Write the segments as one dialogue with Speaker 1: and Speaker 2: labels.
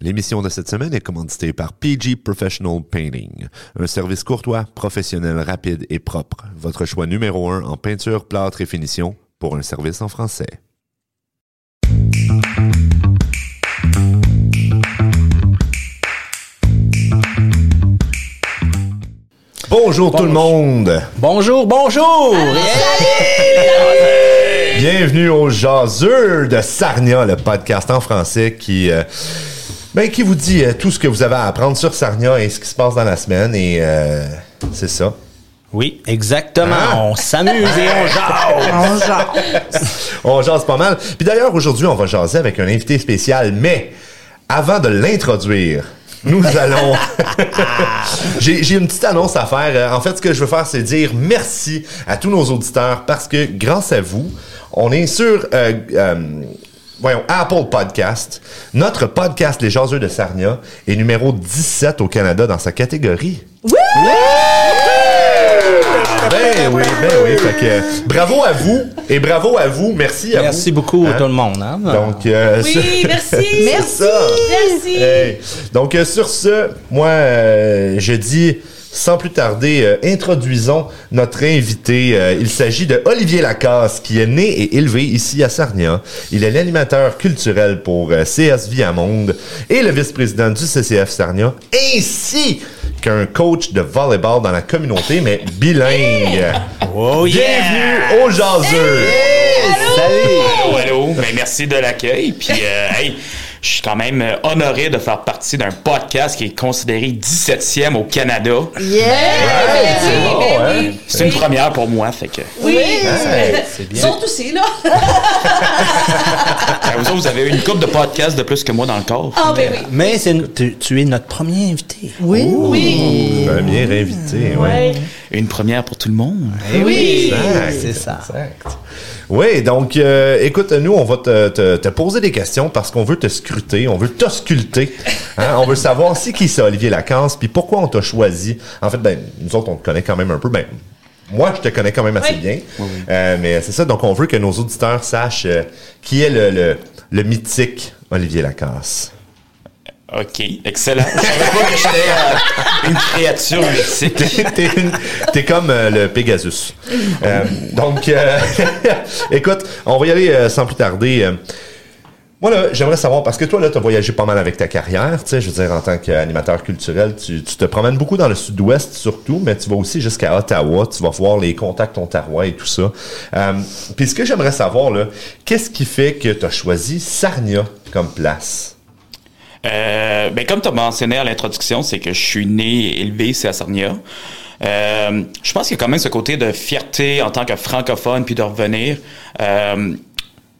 Speaker 1: L'émission de cette semaine est commanditée par PG Professional Painting, un service courtois, professionnel, rapide et propre. Votre choix numéro un en peinture, plâtre et finition pour un service en français. Bonjour tout le monde!
Speaker 2: Bonjour, bonjour!
Speaker 1: Bienvenue au Jaseux de Sarnia, le podcast en français qui, euh, ben, qui vous dit euh, tout ce que vous avez à apprendre sur Sarnia et ce qui se passe dans la semaine. Et euh, c'est ça.
Speaker 2: Oui, exactement. On s'amuse et on jase.
Speaker 1: On jase pas mal. Puis d'ailleurs, aujourd'hui, on va jaser avec un invité spécial, mais avant de l'introduire, nous allons. j'ai j'ai une petite annonce à faire. Euh, En fait, ce que je veux faire, c'est dire merci à tous nos auditeurs parce que grâce à vous, on est sur. euh, euh, Voyons, Apple Podcast. Notre podcast Les Jaseux de Sarnia est numéro 17 au Canada dans sa catégorie. Ben oui, ben oui. Fait que, euh, bravo à vous et bravo à vous. Merci à vous.
Speaker 2: Merci beaucoup
Speaker 1: Hein?
Speaker 2: tout le monde. hein?
Speaker 1: Donc, euh,
Speaker 3: Oui,
Speaker 1: sur-
Speaker 3: merci.
Speaker 1: c'est ça.
Speaker 3: Merci.
Speaker 1: Hey. Donc, euh, sur ce, moi, euh, je dis, sans plus tarder, euh, introduisons notre invité. Euh, il s'agit de Olivier Lacasse, qui est né et élevé ici à Sarnia. Il est l'animateur culturel pour euh, CS Via Monde et le vice-président du CCF Sarnia, ainsi qu'un coach de volleyball dans la communauté, mais bilingue.
Speaker 2: oh yeah!
Speaker 1: Bienvenue au Jaseux.
Speaker 4: Allô, allô. Ben, merci de l'accueil. Puis, euh, hey, je suis quand même euh, honoré de faire partie d'un podcast qui est considéré 17e au Canada.
Speaker 3: Eh, Yeah!
Speaker 1: c'est
Speaker 3: Ben oui,
Speaker 1: bon,
Speaker 3: ben
Speaker 1: hein?
Speaker 3: oui.
Speaker 4: C'est une première pour moi, fait que.
Speaker 3: Oui,
Speaker 1: Hey.
Speaker 2: C'est
Speaker 3: ils
Speaker 2: bien.
Speaker 3: sont aussi là.
Speaker 4: Ben, vous autres, vous avez une coupe de podcasts de plus que moi dans le corps.
Speaker 3: Ah ben oui.
Speaker 2: Mais c'est- tu, tu es notre premier invité.
Speaker 3: Oui. Oui.
Speaker 1: Premier invité, ouais.
Speaker 4: Une première pour tout le monde.
Speaker 3: Oui.
Speaker 1: Exact.
Speaker 2: C'est ça.
Speaker 1: Exact. Oui, donc euh, écoute, nous, on va te, te- te poser des questions parce qu'on veut te scruter, on veut t'ausculter. Hein? on veut savoir c'est qui ça, Olivier Lacasse, puis pourquoi on t'a choisi. En fait, ben, nous autres, on te connaît quand même un peu. Ben, moi, je te connais quand même assez
Speaker 3: Oui.
Speaker 1: bien. Euh, mais c'est ça, donc on veut que nos auditeurs sachent euh, qui est le, le, le mythique Olivier Lacasse.
Speaker 4: OK, excellent. Je savais pas que j'étais euh, une créature mythique.
Speaker 1: T'es- T'es une- t'es comme euh, le Pegasus. Euh, donc, euh, écoute, on va y aller euh, sans plus tarder. Euh, Moi, là, j'aimerais savoir, parce que toi, là, tu as voyagé pas mal avec ta carrière, tu sais, je veux dire, en tant qu'animateur culturel, tu, tu te promènes beaucoup dans le sud-ouest surtout, mais tu vas aussi jusqu'à Ottawa, tu vas voir les contacts ontarois et tout ça. Euh, Puis ce que j'aimerais savoir, là, qu'est-ce qui fait que tu as choisi Sarnia comme place?
Speaker 4: Euh, ben, comme tu as mentionné à l'introduction, c'est que je suis né et élevé ici à Sarnia. Euh, je pense qu'il y a quand même ce côté de fierté en tant que francophone puis de revenir. Euh,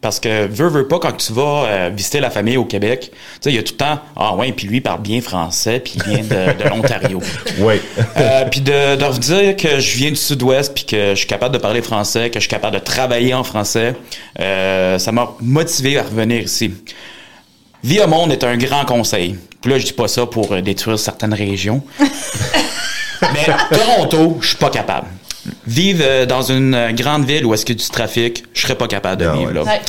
Speaker 4: parce que veux, veux pas, quand tu vas euh, visiter la famille au Québec, tu sais, il y a tout le temps « Ah ouais, puis lui parle bien français, puis il vient de, de l'Ontario.
Speaker 1: Oui.
Speaker 4: Euh, puis de, de redire que je viens du Sud-Ouest, puis que je suis capable de parler français, que je suis capable de travailler en français, euh, ça m'a motivé à revenir ici. Vie au monde est un grand conseil. Puis là, je dis pas ça pour euh, détruire certaines régions. Mais Toronto, je suis pas capable. Vivre euh, dans une euh, grande ville où est-ce qu'il y a du trafic, je serais pas capable de
Speaker 1: Ah,
Speaker 4: vivre
Speaker 1: ouais.
Speaker 4: là.
Speaker 3: Ouais.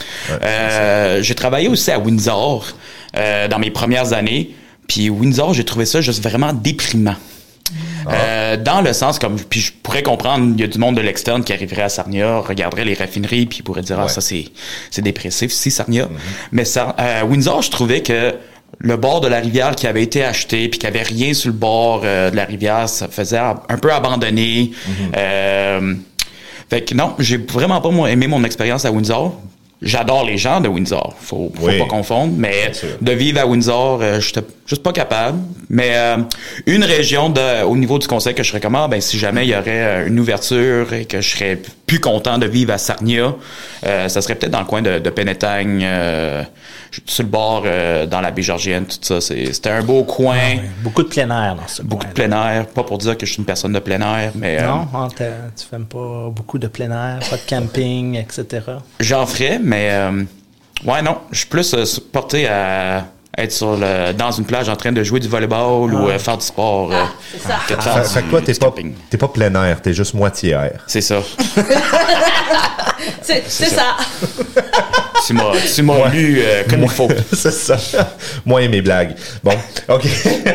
Speaker 4: Euh, j'ai travaillé aussi à Windsor euh, dans mes premières années. Puis Windsor, j'ai trouvé ça juste vraiment déprimant.
Speaker 1: Ah.
Speaker 4: Euh, dans le sens comme puis je pourrais comprendre il y a du monde de l'externe qui arriverait à Sarnia regarderait les raffineries puis pourrait dire ah
Speaker 1: Ouais. Mm-hmm.
Speaker 4: ça c'est c'est dépressif si Sarnia mais ça euh, Windsor je trouvais que le bord de la rivière qui avait été acheté puis qui avait rien sur le bord euh, de la rivière ça faisait ab- un peu abandonné
Speaker 1: Mm-hmm.
Speaker 4: Euh, fait que non j'ai vraiment pas moi, aimé mon expérience à Windsor J'adore les gens de Windsor, faut, faut
Speaker 1: Oui.
Speaker 4: pas confondre, mais
Speaker 1: Bien sûr.
Speaker 4: de vivre à Windsor, euh, j'étais juste pas capable. Mais euh, une région de, au niveau du conseil que je recommande, ben si jamais il y aurait euh, une ouverture et que je serais plus content de vivre à Sarnia, euh, ça serait peut-être dans le coin de, de Penetang, euh, sur le bord euh, dans la baie Georgienne, tout ça. C'est- C'était un beau coin,
Speaker 2: Oh. Beaucoup de plein air dans ce
Speaker 4: beaucoup
Speaker 2: coin.
Speaker 4: de plein air. Pas pour dire que je suis une personne de plein air, mais euh,
Speaker 2: Ah, Non, hein, t'as- tu fais pas beaucoup de plein air, pas de camping, etc.
Speaker 4: J'en ferais, mais euh, ouais, non. Je suis plus euh, porté à être sur le, dans une plage en train de jouer du volleyball ou euh, faire du sport. euh,
Speaker 3: Ah, c'est ça.
Speaker 4: que de faire
Speaker 1: Ah, Fait,
Speaker 4: du
Speaker 1: fait que toi, t'es pas,
Speaker 4: skipping.
Speaker 1: t'es pas plein air, t'es juste moitié air.
Speaker 4: C'est ça.
Speaker 3: C'est c'est ça.
Speaker 4: tu m'as, tu m'as lu euh, comme il faut.
Speaker 1: C'est ça. Moi et mes blagues. Bon, OK.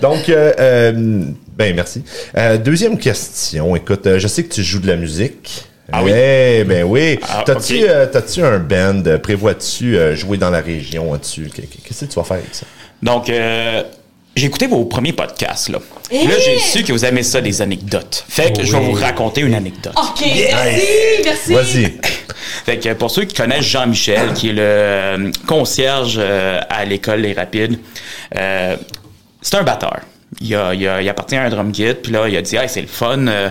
Speaker 1: Donc, euh, euh, ben merci. Euh, deuxième question. Écoute, euh, je sais que tu joues de la musique.
Speaker 4: Ah oui?
Speaker 1: Eh, ben oui.
Speaker 4: Ah,
Speaker 1: T'as-tu
Speaker 4: ok.
Speaker 1: euh, t'as-tu un band? Euh, Prévois-tu euh, jouer dans la région? As-tu- qu'est- Qu'est-ce que tu vas faire avec ça?
Speaker 4: Donc, euh, j'ai écouté vos premiers podcasts, là.
Speaker 3: Eh!
Speaker 4: Là, j'ai su que vous aimez ça, les anecdotes. Fait
Speaker 1: Oh
Speaker 4: que je vais vous raconter une anecdote.
Speaker 3: OK, merci, merci.
Speaker 1: Vas-y.
Speaker 4: Fait que pour ceux qui connaissent Jean-Michel, qui est le euh, concierge euh, à l'école Les Rapides, euh, c'est un batteur. Il, a- il a- il appartient à un drum kit, puis là, il a dit Hey, c'est le fun, euh,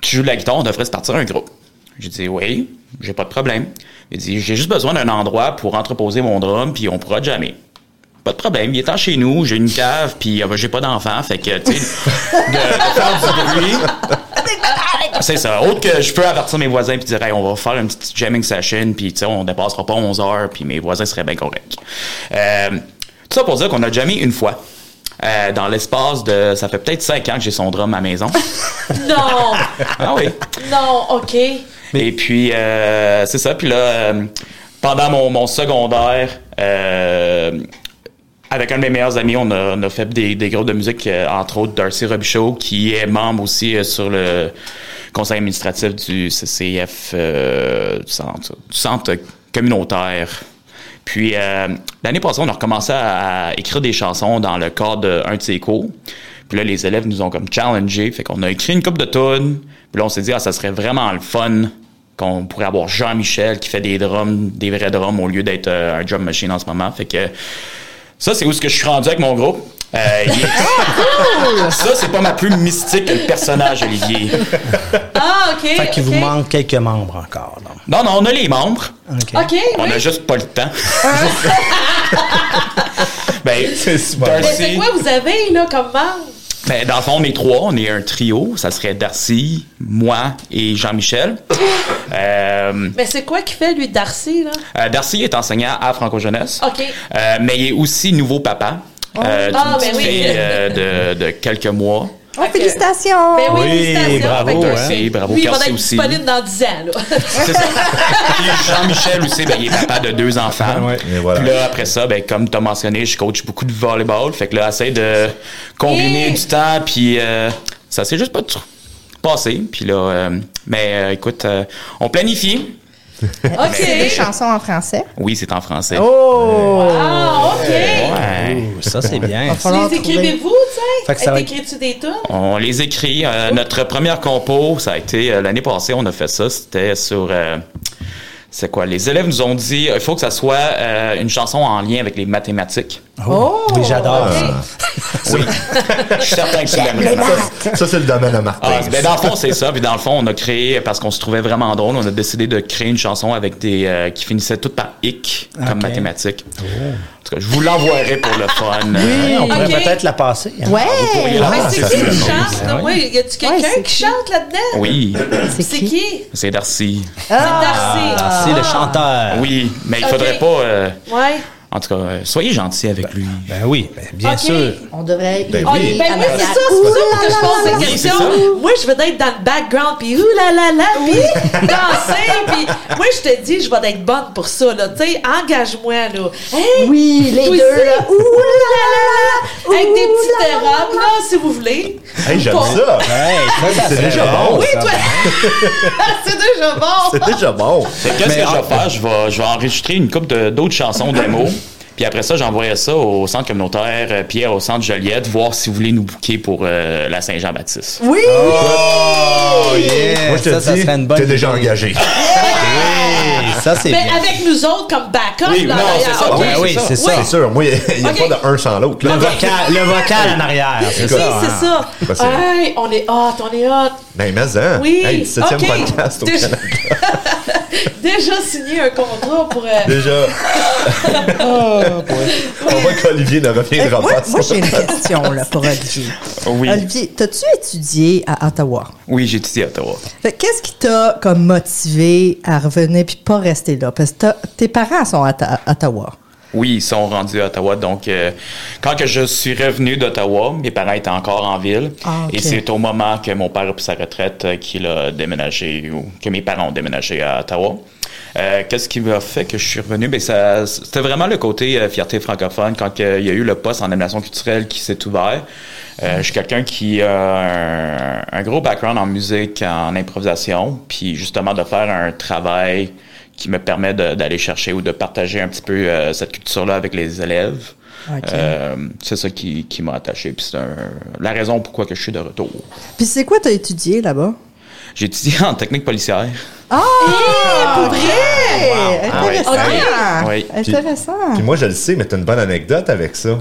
Speaker 4: tu joues de la guitare, on devrait se partir un groupe. J'ai dit Oui, j'ai pas de problème. Il dit J'ai juste besoin d'un endroit pour entreposer mon drum, puis on pourra jamais. Pas de problème, il est en chez nous, j'ai une cave, puis euh, j'ai pas d'enfant, fait que, tu sais, de, de faire du bruit, c'est ça. Autre que je peux avertir mes voisins puis dire, Hey, on va faire une petite jamming session, puis tu sais, on dépassera pas 11 heures, puis mes voisins seraient bien corrects. Euh, tout ça pour dire qu'on a jammé une fois. Euh, dans l'espace de. Ça fait peut-être 5 ans que j'ai son drum à la maison.
Speaker 3: Non,
Speaker 4: Ah oui.
Speaker 3: non, OK.
Speaker 4: Et puis, euh, c'est ça. Puis là, euh, pendant mon, mon secondaire, euh, avec un de mes meilleurs amis, on a, on a fait des, des groupes de musique, euh, entre autres Darcy Robichaud, qui est membre aussi euh, sur le conseil administratif du CCF, euh, du, centre, du centre communautaire. Puis, euh, l'année passée, on a recommencé à, à écrire des chansons dans le cadre d'un de ses cours. Puis là, les élèves nous ont comme challengé. Fait qu'on a écrit une coupe de tunes. Puis là, on s'est dit, ah, ça serait vraiment le fun qu'on pourrait avoir Jean-Michel qui fait des drums, des vrais drums, au lieu d'être euh, un drum machine en ce moment. Fait que ça, c'est où ce que je suis rendu avec mon groupe. Euh,
Speaker 3: Ah,
Speaker 4: il- ça, c'est pas ma plus mystique que le personnage, Olivier.
Speaker 3: Ah, OK.
Speaker 2: Fait qu'il
Speaker 3: OK.
Speaker 2: vous manque quelques membres encore. là.
Speaker 4: Non, non, on a les membres.
Speaker 2: OK.
Speaker 3: OK,
Speaker 4: On
Speaker 3: oui. Ah.
Speaker 4: a juste pas le temps. ben,
Speaker 1: C'est super.
Speaker 3: Mais c'est
Speaker 4: Darcy-
Speaker 3: quoi vous avez, là, comme membre?
Speaker 4: Ben, dans le fond, on est trois, on est un trio. Ça serait Darcy, moi et Jean-Michel. Euh,
Speaker 3: Mais c'est quoi qui fait, lui, Darcy, là?
Speaker 4: euh, Darcy est enseignant à Franco Jeunesse,
Speaker 3: OK.
Speaker 4: Euh, mais il est aussi nouveau papa. euh, d'une
Speaker 3: Ah, ben
Speaker 4: petite
Speaker 3: oui.
Speaker 4: fille, euh, de, de quelques mois.
Speaker 3: Fait que-
Speaker 5: Oh, Ah, Félicitations!
Speaker 3: Ben oui,
Speaker 2: Oui,
Speaker 3: félicitations.
Speaker 2: bravo,
Speaker 3: Fait que-
Speaker 2: hein.
Speaker 4: Merci, bravo,
Speaker 3: Lui, il va
Speaker 4: Kelsey
Speaker 3: être
Speaker 4: aussi.
Speaker 3: disponible dans 10 ans, là.
Speaker 4: C'est ça. Puis Jean-Michel aussi, ben, il est papa de deux enfants.
Speaker 2: Ouais.
Speaker 1: Et voilà.
Speaker 4: Puis là, après ça, ben, comme tu as mentionné, je coach beaucoup de volleyball. Fait que là, essaie de combiner
Speaker 3: Et-
Speaker 4: du temps, puis euh, ça s'est juste pas tr- passé. Puis là, euh, mais euh, écoute, euh, on planifie.
Speaker 5: C'est des
Speaker 3: OK.
Speaker 5: chansons en français.
Speaker 4: Oui, c'est en français.
Speaker 2: Oh!
Speaker 3: Ah, OK.
Speaker 4: Ouais.
Speaker 2: Ouh, ça, c'est bien.
Speaker 5: Va falloir
Speaker 3: Les
Speaker 5: trouver.
Speaker 3: écrivez-vous,
Speaker 2: Fait
Speaker 3: tu
Speaker 2: que ça va
Speaker 3: sais?
Speaker 2: être-
Speaker 3: T'écris-tu des tunes?
Speaker 4: On les écrit. Euh, notre première compo, ça a été euh, l'année passée, on a fait ça. C'était sur. euh, c'est quoi? Les élèves nous ont dit il faut que ça soit euh, une chanson en lien avec les mathématiques.
Speaker 2: Oh! Oui, j'adore
Speaker 3: OK.
Speaker 2: ça.
Speaker 4: Oui. Je suis certain que tu l'aimes. Laurent.
Speaker 1: Ça, c'est le domaine à Martin.
Speaker 4: Ah, ben, dans le fond, c'est ça. Puis dans le fond, on a créé, parce qu'on se trouvait vraiment drôle, on a décidé de créer une chanson avec des euh, qui finissait toutes par hic, comme
Speaker 2: Ok. Oh.
Speaker 4: mathématiques. En tout cas, je vous l'envoierai pour le fun.
Speaker 2: Oui,
Speaker 4: Euh,
Speaker 2: on pourrait
Speaker 3: OK.
Speaker 2: peut-être la passer. hein.
Speaker 5: Ouais!
Speaker 4: pourriez la-
Speaker 3: Mais
Speaker 1: Ah,
Speaker 3: Ben, c'est
Speaker 1: ça,
Speaker 3: qui
Speaker 1: c'est
Speaker 3: qui
Speaker 1: le nom.
Speaker 3: chante? là?
Speaker 2: Ouais.
Speaker 3: Ouais, y a-tu quelqu'un
Speaker 5: Ouais, c'est
Speaker 3: qui
Speaker 5: qui?
Speaker 3: chante là-dedans?
Speaker 4: Oui,
Speaker 3: C'est qui?
Speaker 4: c'est Darcy.
Speaker 3: Ah! Darcy.
Speaker 2: C'est le chanteur.
Speaker 4: Oui, mais il
Speaker 3: Ok.
Speaker 4: faudrait pas. euh,
Speaker 3: Ouais.
Speaker 4: en tout cas, euh, soyez gentil avec lui.
Speaker 2: Ben oui, ben, bien
Speaker 3: Ok.
Speaker 2: sûr.
Speaker 5: On devrait.
Speaker 1: Ben
Speaker 3: Ah,
Speaker 1: oui.
Speaker 5: y
Speaker 3: ben oui, c'est ça, c'est pour ça que je pose cette
Speaker 4: Oui, c'est
Speaker 3: question.
Speaker 4: ça.
Speaker 3: Moi, je veux être dans le background, puis ouh là là là, puis danser, puis moi, je te dis, je vais être bonne pour ça, là. Tu sais, engage-moi, là. Hey,
Speaker 5: Oui, les
Speaker 3: toi
Speaker 5: deux,
Speaker 3: aussi.
Speaker 5: là.
Speaker 3: Ouh là là là, avec des
Speaker 5: Ouh
Speaker 3: petites
Speaker 5: là là là.
Speaker 3: robes, là, si vous voulez.
Speaker 1: Hey, j'aime
Speaker 3: Pas-
Speaker 1: ça. hein.
Speaker 2: Hey, ça, ça
Speaker 1: C'est
Speaker 2: serait
Speaker 1: déjà bon.
Speaker 2: ça.
Speaker 3: Et toi, c'est déjà bon.
Speaker 1: C'est déjà bon.
Speaker 4: Fait que Qu'est-ce
Speaker 2: Mais
Speaker 4: que je
Speaker 2: en-
Speaker 4: vais faire? Je vais, je vais enregistrer une couple de- d'autres chansons démo. Puis après ça, j'envoyais ça au centre communautaire euh, Pierre au centre Joliette, voir si vous voulez nous booker pour euh, la Saint-Jean-Baptiste.
Speaker 5: Oui!
Speaker 1: Oh,
Speaker 2: yeah.
Speaker 1: Moi, je te
Speaker 2: Ça, ça
Speaker 1: dis,
Speaker 2: serait une bonne
Speaker 1: t'es déjà
Speaker 2: idée.
Speaker 1: engagé.
Speaker 2: Hey, ça, c'est
Speaker 3: Mais
Speaker 2: Eh bien.
Speaker 3: avec nous autres comme backup,
Speaker 4: Oui,
Speaker 3: là.
Speaker 4: non,
Speaker 3: d'ailleurs.
Speaker 4: c'est ça.
Speaker 3: Ok.
Speaker 2: Ouais, oui, c'est ça.
Speaker 1: C'est sûr. Moi, il n'y a pas
Speaker 3: Ok.
Speaker 1: de un sans l'autre.
Speaker 2: Le
Speaker 1: là.
Speaker 2: vocal, le vocal en arrière, c'est
Speaker 3: Oui,
Speaker 2: ça. hein.
Speaker 3: c'est ça.
Speaker 1: Bah, c'est-
Speaker 3: Hey, on est hot, on est hot.
Speaker 1: Ben, mais, hein?
Speaker 3: Oui.
Speaker 1: Hey, 17e
Speaker 3: ok.
Speaker 1: podcast au
Speaker 3: déjà,
Speaker 1: Canada.
Speaker 3: déjà signé un contrat pour. euh,
Speaker 1: Déjà.
Speaker 3: Ah,
Speaker 1: On voit qu'Olivier ne
Speaker 5: Euh,
Speaker 3: Eh,
Speaker 1: reviendra
Speaker 5: moi,
Speaker 1: Ah, pas.
Speaker 5: moi, j'ai une question là, pour Olivier.
Speaker 4: Oui.
Speaker 5: Olivier, t'as-tu étudié à Ottawa?
Speaker 4: Oui, j'ai étudié à Ottawa.
Speaker 5: Fait que Qu'est-ce qui t'a comme motivé à revenir puis pas rester là? Parce que t'as- tes parents sont à Ta- Ottawa.
Speaker 4: Oui, ils sont rendus à Ottawa. Donc, euh, quand que je suis revenu d'Ottawa, mes parents étaient encore en ville.
Speaker 5: Ah, ok.
Speaker 4: Et c'est au moment que mon père a pris sa retraite euh, qu'il a déménagé, ou que mes parents ont déménagé à Ottawa. Euh, Qu'est-ce qui m'a fait que je suis revenu? Ben, ça- C'était vraiment le côté euh, fierté francophone quand que il y a eu le poste en animation culturelle qui s'est ouvert. Euh, je suis quelqu'un qui a un, un gros background en musique, en improvisation, puis justement de faire un travail qui me permet de- d'aller chercher ou de partager un petit peu euh, cette culture-là avec les élèves.
Speaker 5: Ok.
Speaker 4: Euh, c'est ça qui, qui m'a attaché. Puis c'est un- la raison pourquoi que je suis de retour.
Speaker 5: Puis c'est quoi t'as étudié là-bas?
Speaker 4: J'ai étudié en technique policière.
Speaker 5: Ah!
Speaker 3: pour vrai?
Speaker 5: Hey, Intéressant!
Speaker 3: Ah
Speaker 4: ouais.
Speaker 1: Puis-
Speaker 5: Intéressant!
Speaker 1: Puis moi, je le sais, mais t'as une bonne anecdote avec ça.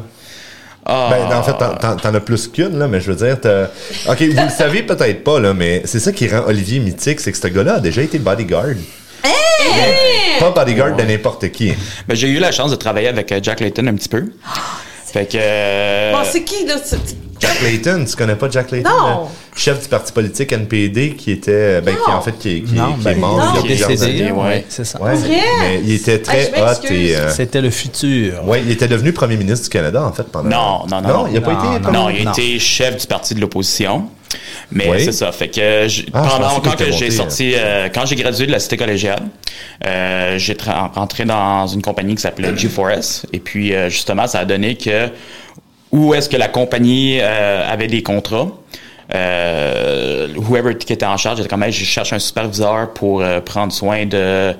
Speaker 4: Ah,
Speaker 1: Ben, en fait, t'en- t'en t'en as plus qu'une, là, mais je veux dire, t'as- OK, vous le savez peut-être pas, là, mais c'est ça qui rend Olivier mythique, c'est que ce gars-là a déjà été bodyguard. Mais Pas bodyguard de n'importe qui.
Speaker 4: ben, j'ai eu la chance de travailler avec euh, Jack Layton un petit peu. Fait que. euh,
Speaker 3: Ah, Bon, c'est qui, là? c'est-
Speaker 1: Jack Layton, tu connais pas Jack Layton?
Speaker 3: Non.
Speaker 1: le Chef du parti politique NPD qui était, ben, qui
Speaker 3: Non.
Speaker 1: en fait, qui, qui-
Speaker 2: Non,
Speaker 1: qui
Speaker 2: ben,
Speaker 1: est mort
Speaker 3: non.
Speaker 1: il y a
Speaker 4: Qui est
Speaker 1: plusieurs
Speaker 4: décédé,
Speaker 1: années.
Speaker 4: ouais.
Speaker 2: C'est ça.
Speaker 1: Ouais,
Speaker 3: vrai?
Speaker 1: mais il était très
Speaker 3: Ah, je
Speaker 1: hot et...
Speaker 3: m'excuse.
Speaker 1: euh,
Speaker 2: C'était le futur.
Speaker 1: ouais, il était devenu premier ministre du Canada, en fait, pendant...
Speaker 4: Non, non, non.
Speaker 1: Non, il a pas
Speaker 2: Non,
Speaker 1: été...
Speaker 2: non.
Speaker 1: premier-
Speaker 4: Non, il
Speaker 2: Non.
Speaker 4: était chef du parti de l'opposition. Mais
Speaker 1: Oui.
Speaker 4: c'est ça. Fait que j-
Speaker 1: Ah, je pensais
Speaker 4: pendant
Speaker 1: qu'il
Speaker 4: quand que
Speaker 1: était
Speaker 4: j'ai
Speaker 1: monté, hein.
Speaker 4: sorti, euh, quand j'ai gradué de la cité collégiale, euh, j'ai tra- rentré dans une compagnie qui s'appelait G4S. Et puis euh, justement, ça a donné que où est-ce que la compagnie euh, avait des contrats. Euh, whoever qui était en charge était comme Hey, je cherche un superviseur pour euh, prendre soin de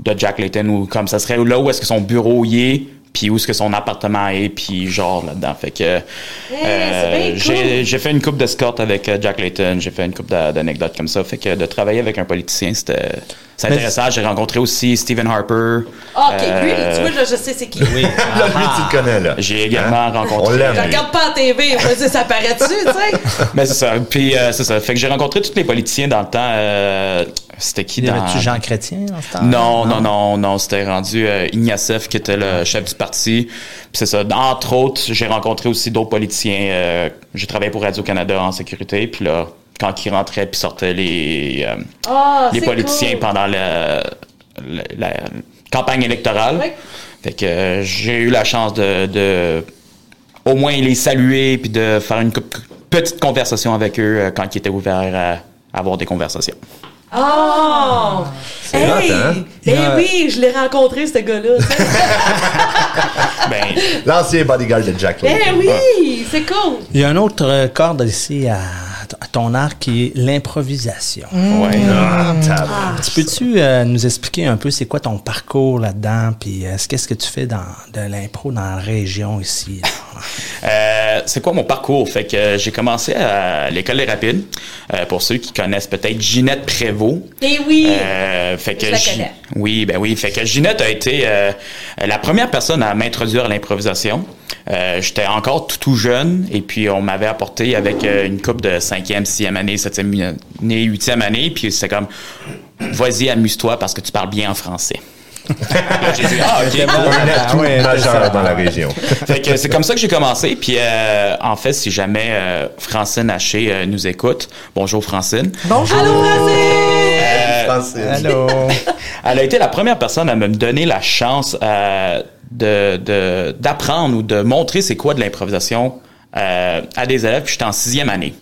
Speaker 4: de Jack Layton ou comme ça serait là où est-ce que son bureau y est puis où est-ce que son appartement est puis genre là-dedans fait que
Speaker 3: Eh,
Speaker 4: euh,
Speaker 3: c'est bien
Speaker 4: j'ai
Speaker 3: cool.
Speaker 4: j'ai fait une coupe d'escorte avec euh, Jack Layton j'ai fait une coupe d'a- d'anecdotes comme ça fait que de travailler avec un politicien c'était c'est
Speaker 2: Mais-
Speaker 4: intéressant j'ai rencontré aussi Stephen Harper
Speaker 3: Ah, OK, lui,
Speaker 4: Euh,
Speaker 3: tu vois, là, je sais c'est qui.
Speaker 2: Oui.
Speaker 1: Là, lui, tu le connais, là. Hein?
Speaker 4: j'ai également rencontré
Speaker 1: On l'aime.
Speaker 3: Je regarde pas en TV, moi, ça ça paraît dessus, tu sais.
Speaker 4: Mais c'est ça. Puis euh, c'est ça. Fait que j'ai rencontré tous les politiciens dans le temps. euh, c'était qui
Speaker 2: Il y
Speaker 4: dans...
Speaker 2: avait-tu Jean Ah, Chrétien dans ce temps
Speaker 4: Non, non, non, non. C'était rendu euh, Ignatieff qui était le chef du parti. Puis c'est ça. Entre autres, j'ai rencontré aussi d'autres politiciens. euh, j'ai travaillé pour Radio-Canada en sécurité. Puis là, quand ils rentraient puis sortaient les, euh,
Speaker 3: Ah,
Speaker 4: les
Speaker 3: c'est
Speaker 4: politiciens
Speaker 3: cool.
Speaker 4: pendant la, la- la campagne électorale.
Speaker 3: Oui.
Speaker 4: Fait que euh, j'ai eu la chance de, de au moins les saluer puis de faire une coupe- petite conversation avec eux euh, quand ils étaient ouverts à avoir des conversations.
Speaker 3: Oh! Hey!
Speaker 1: hot, hein?
Speaker 2: Il y
Speaker 3: Ben
Speaker 2: a-
Speaker 3: oui, je l'ai rencontré, ce gars-là. tu sais.
Speaker 4: Ben,
Speaker 1: L'ancien bodyguard de Jack Layton.
Speaker 3: Ben oui, c'est cool.
Speaker 2: Il y a un autre euh, corde ici à, à ton art qui est l'improvisation.
Speaker 3: Mm.
Speaker 4: ouais.
Speaker 3: Hmm.
Speaker 1: Ah, tabarnak.
Speaker 2: Tu Peux-tu euh, nous expliquer un peu c'est quoi ton parcours là-dedans, puis euh, ce- qu'est-ce que tu fais dans de l'impro dans la région ici?
Speaker 4: Euh, c'est quoi mon parcours? Fait que euh, j'ai commencé à l'école des rapides. Euh, pour ceux qui connaissent peut-être Ginette Prévost.
Speaker 3: Ben oui.
Speaker 4: Euh, fait que
Speaker 3: Je la
Speaker 4: Gi-
Speaker 3: connais.
Speaker 4: Oui, ben oui. Fait que Ginette a été euh, la première personne à m'introduire à l'improvisation. Euh, J'étais encore tout, tout jeune et puis on m'avait apporté avec euh, une coupe de cinquième, sixième année, septième année, huitième année, puis c'était comme vas-y amuse-toi parce que tu parles bien en français. Là, j'ai dit, ah, ok, cool.
Speaker 1: un
Speaker 2: Ah,
Speaker 1: atout
Speaker 2: ouais, c'est ça.
Speaker 1: majeur dans la région.
Speaker 4: Fait que c'est comme ça que j'ai commencé. Puis euh, en fait, si jamais euh, Francine Haché euh, nous écoute, bonjour Francine.
Speaker 5: Bonjour!
Speaker 3: Allô, Francis!
Speaker 4: Euh,
Speaker 2: Allô?
Speaker 4: elle a été la première personne à me donner la chance euh, de de- d'apprendre ou de montrer c'est quoi de l'improvisation euh, à des élèves. Puis j'étais en sixième année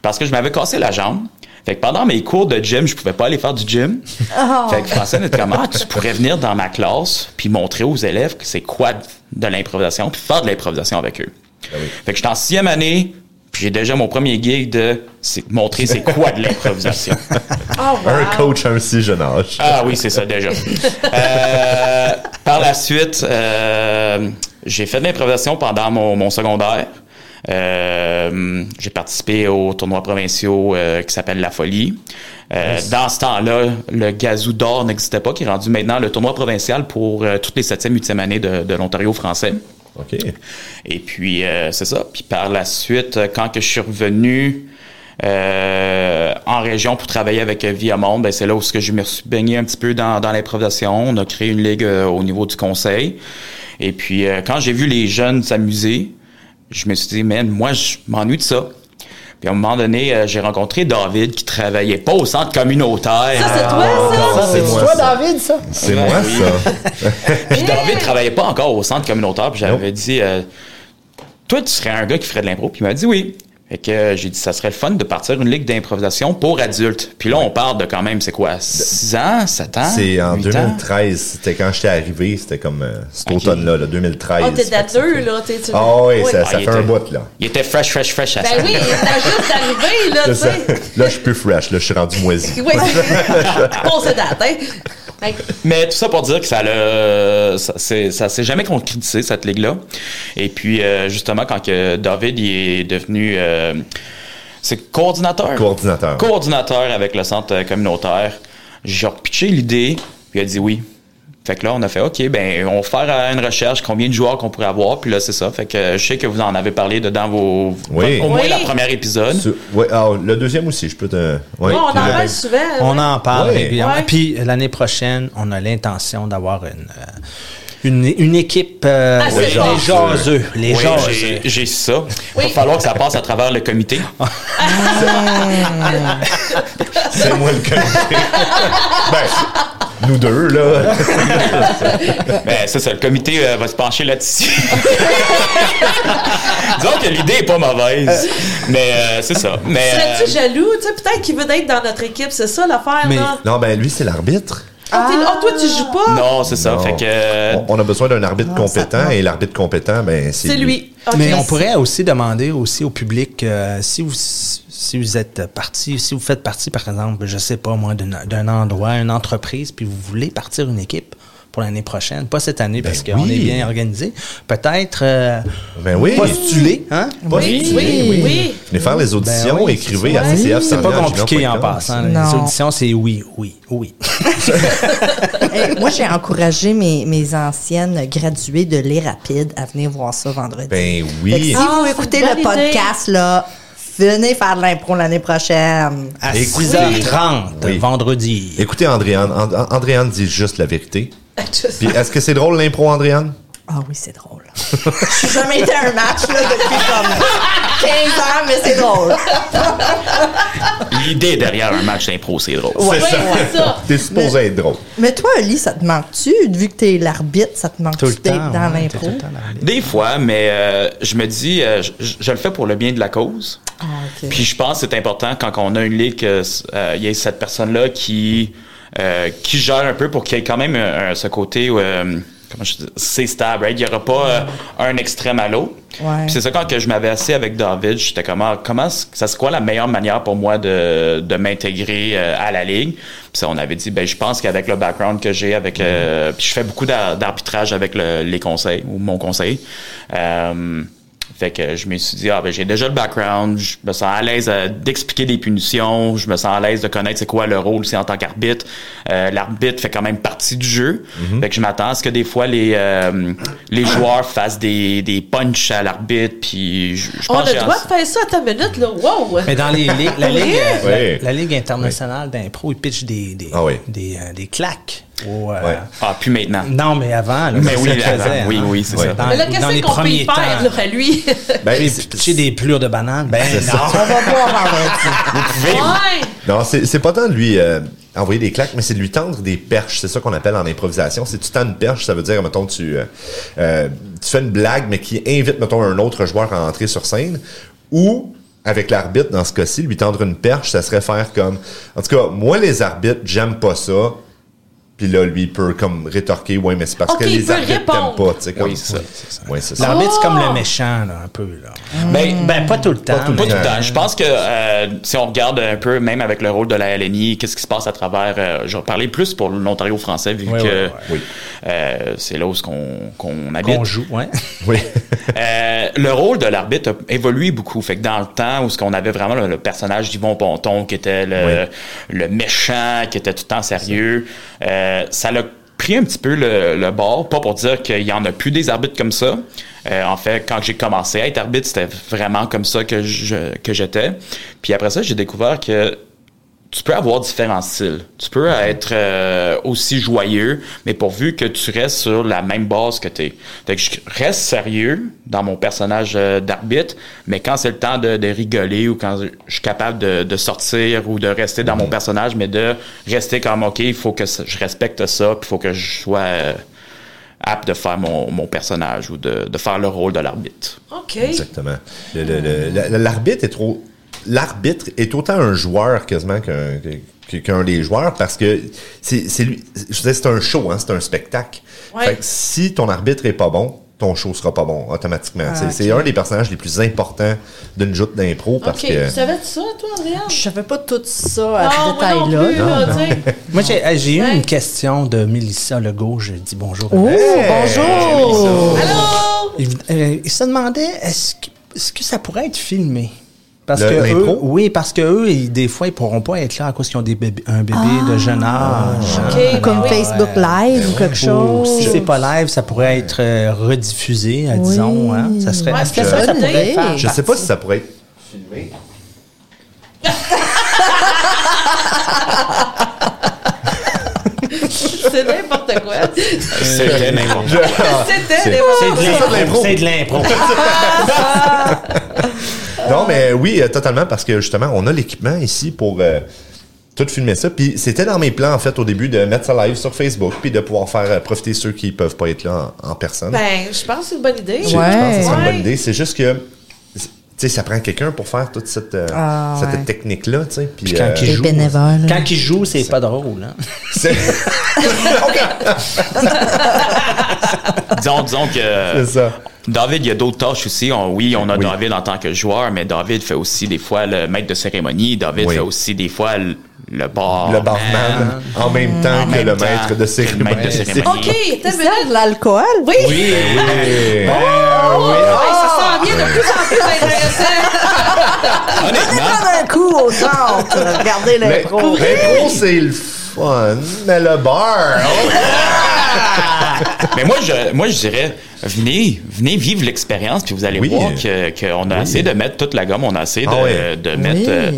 Speaker 4: parce que je m'avais cassé la jambe. Fait que pendant mes cours de gym, je pouvais pas aller faire du gym. Fait que Francine était comme, Ah, tu pourrais venir dans ma classe puis montrer aux élèves que c'est quoi de l'improvisation puis faire de l'improvisation avec eux. Fait que j'étais en sixième année puis j'ai déjà mon premier gig de c'est- montrer c'est quoi de l'improvisation.
Speaker 3: Oh, wow.
Speaker 1: Un coach à un si jeune âge.
Speaker 4: Ah oui, c'est ça déjà. Euh, par la suite, euh, j'ai fait de l'improvisation pendant mon, mon secondaire. Euh, j'ai participé aux tournois provinciaux euh, qui s'appelle La Folie. Euh, Dans ce temps-là, le gazou d'or n'existait pas, qui est rendu maintenant le tournoi provincial pour euh, toutes les 7e, 8e années de, de l'Ontario français.
Speaker 1: OK.
Speaker 4: Et puis, euh, c'est ça. Puis par la suite, euh, quand que je suis revenu euh, en région pour travailler avec euh, Via Monde, ben, c'est là où ce que je me suis baigné un petit peu dans, dans l'improvisation. On a créé une ligue euh, au niveau du conseil. Et puis, euh, quand j'ai vu les jeunes s'amuser, je me suis dit, man, moi, je m'ennuie de ça. Puis à un moment donné, euh, j'ai rencontré David qui travaillait pas au centre communautaire.
Speaker 3: Ça, c'est toi, ça?
Speaker 1: Ah, Ça, c'est moi,
Speaker 6: toi,
Speaker 1: ça.
Speaker 6: David, ça?
Speaker 1: C'est moi, ça.
Speaker 4: Puis David travaillait pas encore au centre communautaire. Puis j'avais dit, euh, toi, tu serais un gars qui ferait de l'impro. Puis il m'a dit oui. Fait que euh, j'ai dit, ça serait le fun de partir une ligue d'improvisation pour adultes. Puis là, on parle de quand même, c'est quoi, 6 ans, 7 ans?
Speaker 1: C'est en
Speaker 4: Hein? huit ans?
Speaker 1: 2013. C'était quand j'étais arrivé. C'était comme euh, cet
Speaker 4: Ok.
Speaker 1: automne-là, là, 2013.
Speaker 3: Oh, t'es à deux, là. t'sais, tu-
Speaker 1: Ah oui, ça, ça
Speaker 4: Ah, il
Speaker 1: fait un
Speaker 4: était-
Speaker 1: bout, là.
Speaker 4: Il était fresh, fresh, fresh à ça.
Speaker 3: Ben oui, t'as juste arrivé, là, tu
Speaker 1: Là, ça-
Speaker 3: sais.
Speaker 1: là, je suis plus fresh. Là, je suis rendu moisi.
Speaker 3: Oui. On se date, hein. Fait que-
Speaker 4: Mais tout ça pour dire que ça l'a, ça, c'est- ça s'est jamais concrétisé cette ligue-là. Et puis euh, justement quand que David il est devenu, euh, c'est coordinateur.
Speaker 1: Coordinateur.
Speaker 4: Coordinateur avec le centre euh, communautaire. J'ai repitché l'idée, puis il a dit oui. Fait que là, on a fait, OK, ben, on va faire euh, une recherche, combien de joueurs qu'on pourrait avoir, puis là, c'est ça. Fait que euh, je sais que vous en avez parlé dedans vos,
Speaker 1: Oui.
Speaker 4: au moins
Speaker 3: Oui.
Speaker 4: la première épisode.
Speaker 1: Sur- ouais, ah, le deuxième aussi, je peux te. Ouais,
Speaker 3: Bon, on en
Speaker 1: puis le-
Speaker 3: parle souvent. hein.
Speaker 2: On
Speaker 3: ouais.
Speaker 2: en parle
Speaker 1: Ouais.
Speaker 2: régulièrement.
Speaker 3: Ouais.
Speaker 2: Puis euh, l'année prochaine, on a l'intention d'avoir une, euh, une, une équipe euh,
Speaker 3: Ah, c'est
Speaker 2: les
Speaker 3: bon.
Speaker 2: jaseux. Les
Speaker 4: Oui,
Speaker 2: jaseux.
Speaker 4: j'ai- j'ai ça. Il
Speaker 3: Oui.
Speaker 4: va falloir que ça passe à travers le comité.
Speaker 1: C'est moi le comité. ben, nous deux, là.
Speaker 4: Ben, c'est ça, le comité euh, va se pencher là-dessus. Disons que l'idée est pas mauvaise. Mais euh, c'est ça. Mais,
Speaker 3: Serais-tu
Speaker 4: euh,
Speaker 3: jaloux? Tu sais, peut-être qu'il veut être dans notre équipe, c'est ça l'affaire,
Speaker 2: Mais-
Speaker 3: là.
Speaker 1: Non, ben, lui, c'est l'arbitre.
Speaker 3: Ah, t'es- oh, toi, tu joues pas?
Speaker 4: non, c'est ça.
Speaker 1: Non.
Speaker 4: Fait que. euh,
Speaker 1: On, on a besoin d'un arbitre
Speaker 5: Non, ça-
Speaker 1: compétent
Speaker 5: non.
Speaker 1: et l'arbitre compétent, ben, c'est.
Speaker 3: C'est lui. Ok.
Speaker 2: Mais on pourrait aussi demander aussi au public euh, si vous si vous êtes parti, si vous faites partie, par exemple, je sais pas moi, d'une- d'un endroit, une entreprise, puis vous voulez partir une équipe pour l'année prochaine, pas cette année parce qu'on
Speaker 1: oui.
Speaker 2: est bien organisé, peut-être euh,
Speaker 1: Ben oui.
Speaker 2: postuler, hein?
Speaker 3: Oui,
Speaker 1: Postulez,
Speaker 3: oui, oui.
Speaker 1: Venez faire les auditions,
Speaker 2: Ben oui,
Speaker 1: écrivez
Speaker 2: c'est
Speaker 1: à
Speaker 2: ça.
Speaker 1: CCF
Speaker 2: C'est pas compliqué en passant. là. Les
Speaker 5: Non.
Speaker 2: auditions, c'est oui, oui, oui.
Speaker 5: Eh, Moi, j'ai encouragé mes, mes anciennes graduées de Les Rapides à venir voir ça vendredi.
Speaker 1: Ben
Speaker 5: Fait que
Speaker 1: oui.
Speaker 5: si
Speaker 3: Ah,
Speaker 5: vous
Speaker 3: c'est
Speaker 5: écoutez
Speaker 3: une bonne
Speaker 5: le podcast, là, venez faire de l'impro l'année prochaine.
Speaker 2: À
Speaker 1: Écoutez.
Speaker 2: 6h30,
Speaker 1: Oui.
Speaker 2: vendredi.
Speaker 1: Écoutez, Andréane. And- And- Andréane dit juste la vérité.
Speaker 3: Je sais.
Speaker 1: Puis, est-ce que c'est drôle, l'impro, Andréane?
Speaker 5: Ah oui, c'est drôle. Je n'ai jamais été à un match là, depuis comme 15 ans, mais c'est drôle.
Speaker 4: L'idée derrière un match d'impro, c'est drôle.
Speaker 3: Ouais, c'est ça.
Speaker 1: T'es supposé être drôle.
Speaker 5: Mais toi, Oli, ça te manque-tu? Vu que t'es l'arbitre, ça te
Speaker 2: Tout le
Speaker 5: manque-tu
Speaker 2: temps.
Speaker 5: d'être dans
Speaker 2: ouais, t'es tout
Speaker 5: l'impro?
Speaker 2: le temps dans la-
Speaker 4: Des fois, mais euh, je me dis, euh, je, je- je le fais pour le bien de la cause.
Speaker 5: Ah, ok.
Speaker 4: Puis je pense que c'est important quand on a une ligue, que, euh, il y a cette personne-là qui, euh, qui gère un peu pour qu'il y ait quand même euh, ce côté où, euh, comment je dis, c'est stable, right? Il n'y aura pas euh, un extrême à l'autre.
Speaker 5: Ouais.
Speaker 4: Puis c'est ça quand que je m'avais assis avec David, j'étais comme ah, comment est-ce que- ça serait quoi la meilleure manière pour moi de, de m'intégrer euh, à la ligue. Puis ça, on avait dit ben je pense qu'avec le background que j'ai avec euh, puis je fais beaucoup d'ar- d'arbitrage avec le- les conseils ou mon conseil. Euh, fait que je me suis dit, ah ben j'ai déjà le background, je me sens à l'aise euh, d'expliquer des punitions, je me sens à l'aise de connaître c'est quoi le rôle c'est en tant qu'arbitre. Euh, L'arbitre fait quand même partie du jeu. Fait que je m'attends à ce que des fois les euh, les joueurs fassent des, des punches à l'arbitre, puis je, je
Speaker 3: On a
Speaker 4: pense que
Speaker 3: le
Speaker 4: j'ai
Speaker 3: droit
Speaker 4: en-
Speaker 3: de faire ça à ta minute, là. Wow!
Speaker 2: Mais dans les ligues, la ligue, euh, la-
Speaker 1: Oui.
Speaker 2: la, ligue internationale d'impro, ils pitchent des des,
Speaker 1: Ah oui.
Speaker 2: des, euh, des claques. au, euh,
Speaker 1: Ouais.
Speaker 4: Ah, plus maintenant.
Speaker 2: Non, mais avant. Là,
Speaker 4: Mais
Speaker 2: ça
Speaker 4: oui,
Speaker 2: se
Speaker 4: avant.
Speaker 2: faisait,
Speaker 4: Oui,
Speaker 2: hein.
Speaker 4: oui, c'est
Speaker 2: Ouais.
Speaker 4: ça.
Speaker 2: Dans,
Speaker 3: Mais là,
Speaker 2: dans
Speaker 3: qu'est-ce
Speaker 2: les
Speaker 3: qu'on peut y
Speaker 2: premiers temps,
Speaker 3: faire, là, à lui?
Speaker 1: Ben,
Speaker 2: j'ai
Speaker 1: c'est-
Speaker 2: pitché des plures de bananes. Ben non.
Speaker 5: On va voir vendredi.
Speaker 4: Vous pouvez-
Speaker 3: Ouais!
Speaker 1: Non, c'est c'est pas tant de lui euh, envoyer des claques, mais c'est de lui tendre des perches. C'est ça qu'on appelle en improvisation. Si tu tends une perche, ça veut dire, mettons, tu, euh, euh, tu fais une blague, mais qui invite, mettons, un autre joueur à entrer sur scène. Ou, avec l'arbitre, dans ce cas-ci, lui tendre une perche, ça serait faire comme... En tout cas, moi, les arbitres, j'aime pas ça. Puis là, lui, il peut comme rétorquer, ouais, mais c'est parce
Speaker 3: Ok,
Speaker 1: que
Speaker 3: il
Speaker 1: les
Speaker 3: peut
Speaker 1: arbitres
Speaker 3: répondre.
Speaker 1: t'aiment pas. tu sais, Comme...
Speaker 4: Oui, c'est ça.
Speaker 1: Ouais, c'est ça.
Speaker 2: L'arbitre, c'est comme
Speaker 3: Oh!
Speaker 2: le méchant, là, un peu. Là.
Speaker 4: Ben,
Speaker 2: Ben, pas tout le temps.
Speaker 1: tout le
Speaker 4: Pas
Speaker 2: mais-
Speaker 4: tout le temps. Je pense que euh, si on regarde un peu, même avec le rôle de la LNI, qu'est-ce qui se passe à travers. euh, je vais parler plus pour l'Ontario français, vu
Speaker 2: Ouais,
Speaker 4: que
Speaker 2: ouais, ouais.
Speaker 1: Oui.
Speaker 4: euh, c'est là où ce qu'on qu'on habite.
Speaker 2: Qu'on joue, ouais.
Speaker 1: Oui.
Speaker 4: Euh, le rôle de l'arbitre a évolué beaucoup. Fait que dans le temps où ce qu'on avait vraiment le, le personnage d'Yvon Ponton qui était le, le méchant, qui était tout le temps sérieux, euh, ça l'a pris un petit peu le, le bord. Pas pour dire qu'il y en a plus des arbitres comme ça. Euh, en fait, quand j'ai commencé à être arbitre, c'était vraiment comme ça que je que j'étais. Puis après ça, j'ai découvert que tu peux avoir différents styles. Tu peux être euh, aussi joyeux, mais pourvu que tu restes sur la même base que t'es. Fait que je reste sérieux dans mon personnage euh, d'arbitre, mais quand c'est le temps de, de rigoler ou quand je suis capable de, de sortir ou de rester
Speaker 1: Mhm.
Speaker 4: dans mon personnage, mais de rester comme OK, il faut que ça- je respecte ça, puis il faut que je sois euh, apte de faire mon, mon personnage ou de, de faire le rôle de l'arbitre.
Speaker 3: OK.
Speaker 1: Exactement. Le- le- le- la- la- L'arbitre est trop. L'arbitre est autant un joueur quasiment qu'un que- qu'un des joueurs parce que c'est c'est lui. Je veux dire, c'est un show, hein, c'est un spectacle.
Speaker 3: Ouais.
Speaker 1: Fait que si ton arbitre est pas bon, ton show sera pas bon automatiquement.
Speaker 3: Ah,
Speaker 1: c'est c'est un des personnages les plus importants d'une joute d'impro parce
Speaker 3: OK.
Speaker 1: que.
Speaker 3: Tu savais de ça, toi, Andréane?
Speaker 5: Je savais pas tout ça à ce
Speaker 3: Non, Ah, moi non
Speaker 5: détail-là.
Speaker 3: plus,
Speaker 2: Ah.
Speaker 3: là, tu sais.
Speaker 2: Moi, j'ai hey, j'ai eu
Speaker 3: Ouais.
Speaker 2: une question de Mélissa Legault. J'ai dit bonjour. à
Speaker 5: Oh,
Speaker 2: elle.
Speaker 5: bonjour!
Speaker 3: Allô?
Speaker 2: Il, euh, il se demandait est-ce que, est-ce que ça pourrait être filmé parce
Speaker 1: Le-
Speaker 2: que
Speaker 1: l'impro?
Speaker 2: eux, oui, parce que eux, ils- des fois, ils pourront pas être là à cause qu'ils ont des bébés, un bébé
Speaker 5: Ah.
Speaker 2: de jeune âge. hein.
Speaker 3: OK.
Speaker 5: Ou comme
Speaker 3: ben oui.
Speaker 5: Facebook Live ou quelque
Speaker 2: Ou
Speaker 5: chose.
Speaker 2: si c'est pas live, ça pourrait être euh, rediffusé, euh,
Speaker 5: Oui.
Speaker 2: disons. hein. Ça serait.
Speaker 3: Ouais,
Speaker 2: est-ce
Speaker 3: je-
Speaker 2: que ça, ça
Speaker 5: bonne
Speaker 2: pourrait
Speaker 5: idée.
Speaker 2: faire
Speaker 1: Je sais
Speaker 2: partie?
Speaker 1: pas si ça pourrait être filmé.
Speaker 3: C'est n'importe quoi.
Speaker 4: C'est n'importe
Speaker 1: Je-
Speaker 3: C'était
Speaker 1: C'est-
Speaker 3: n'importe
Speaker 2: C'est de
Speaker 1: C'est ça, de l'impro.
Speaker 2: l'impro. C'est de l'impro.
Speaker 1: Non, mais oui, euh, totalement, parce que justement, on a l'équipement ici pour euh, tout filmer ça. Puis c'était dans mes plans, en fait, au début, de mettre ça live sur Facebook, puis de pouvoir faire euh, profiter ceux qui peuvent pas être là en, en personne.
Speaker 3: Ben, je pense que c'est une bonne idée.
Speaker 1: J'ai- Je pense que c'est une
Speaker 3: Ouais.
Speaker 1: bonne idée. C'est juste que, c'est- tu sais, ça prend quelqu'un pour faire toute cette, euh,
Speaker 5: Ah,
Speaker 1: cette
Speaker 5: ouais.
Speaker 1: technique-là, tu sais. Puis,
Speaker 2: Puis quand
Speaker 1: euh,
Speaker 2: ils
Speaker 5: Les
Speaker 2: jouent.
Speaker 5: bénévoles.
Speaker 2: Quand ils jouent, c'est pas drôle. hein.
Speaker 1: c'est-
Speaker 4: disons, disons que.
Speaker 1: C'est ça.
Speaker 4: David, il y a d'autres tâches aussi. On- oui, on a
Speaker 1: Oui.
Speaker 4: David en tant que joueur, mais David fait aussi des fois le maître de cérémonie. David
Speaker 1: Oui.
Speaker 4: fait aussi des fois le, le bar.
Speaker 1: le barman, en même temps
Speaker 4: En
Speaker 1: que
Speaker 4: même
Speaker 1: le
Speaker 4: temps
Speaker 1: maître
Speaker 4: que
Speaker 1: de
Speaker 4: Oh, le
Speaker 1: cérémonie.
Speaker 4: maître de cérémonie.
Speaker 3: OK, t'as
Speaker 5: Ils
Speaker 3: une minute.
Speaker 5: servent l'alcool?
Speaker 3: Oui. Oh!
Speaker 1: Oui, Ah! oui.
Speaker 3: Hey, ça s'en vient de plus en plus intéressant.
Speaker 4: Honnêtement,
Speaker 5: un coup au centre. Regardez
Speaker 1: Ben L'impro, l'impro, c'est le fun, mais le bar, oh,
Speaker 4: mais moi je, moi, je dirais, venez, venez vivre l'expérience, puis vous allez
Speaker 1: Oui.
Speaker 4: voir que- qu'on a essayé de mettre toute la gomme, on a essayé de,
Speaker 1: Ah ouais.
Speaker 4: de mettre
Speaker 5: Oui.
Speaker 4: euh,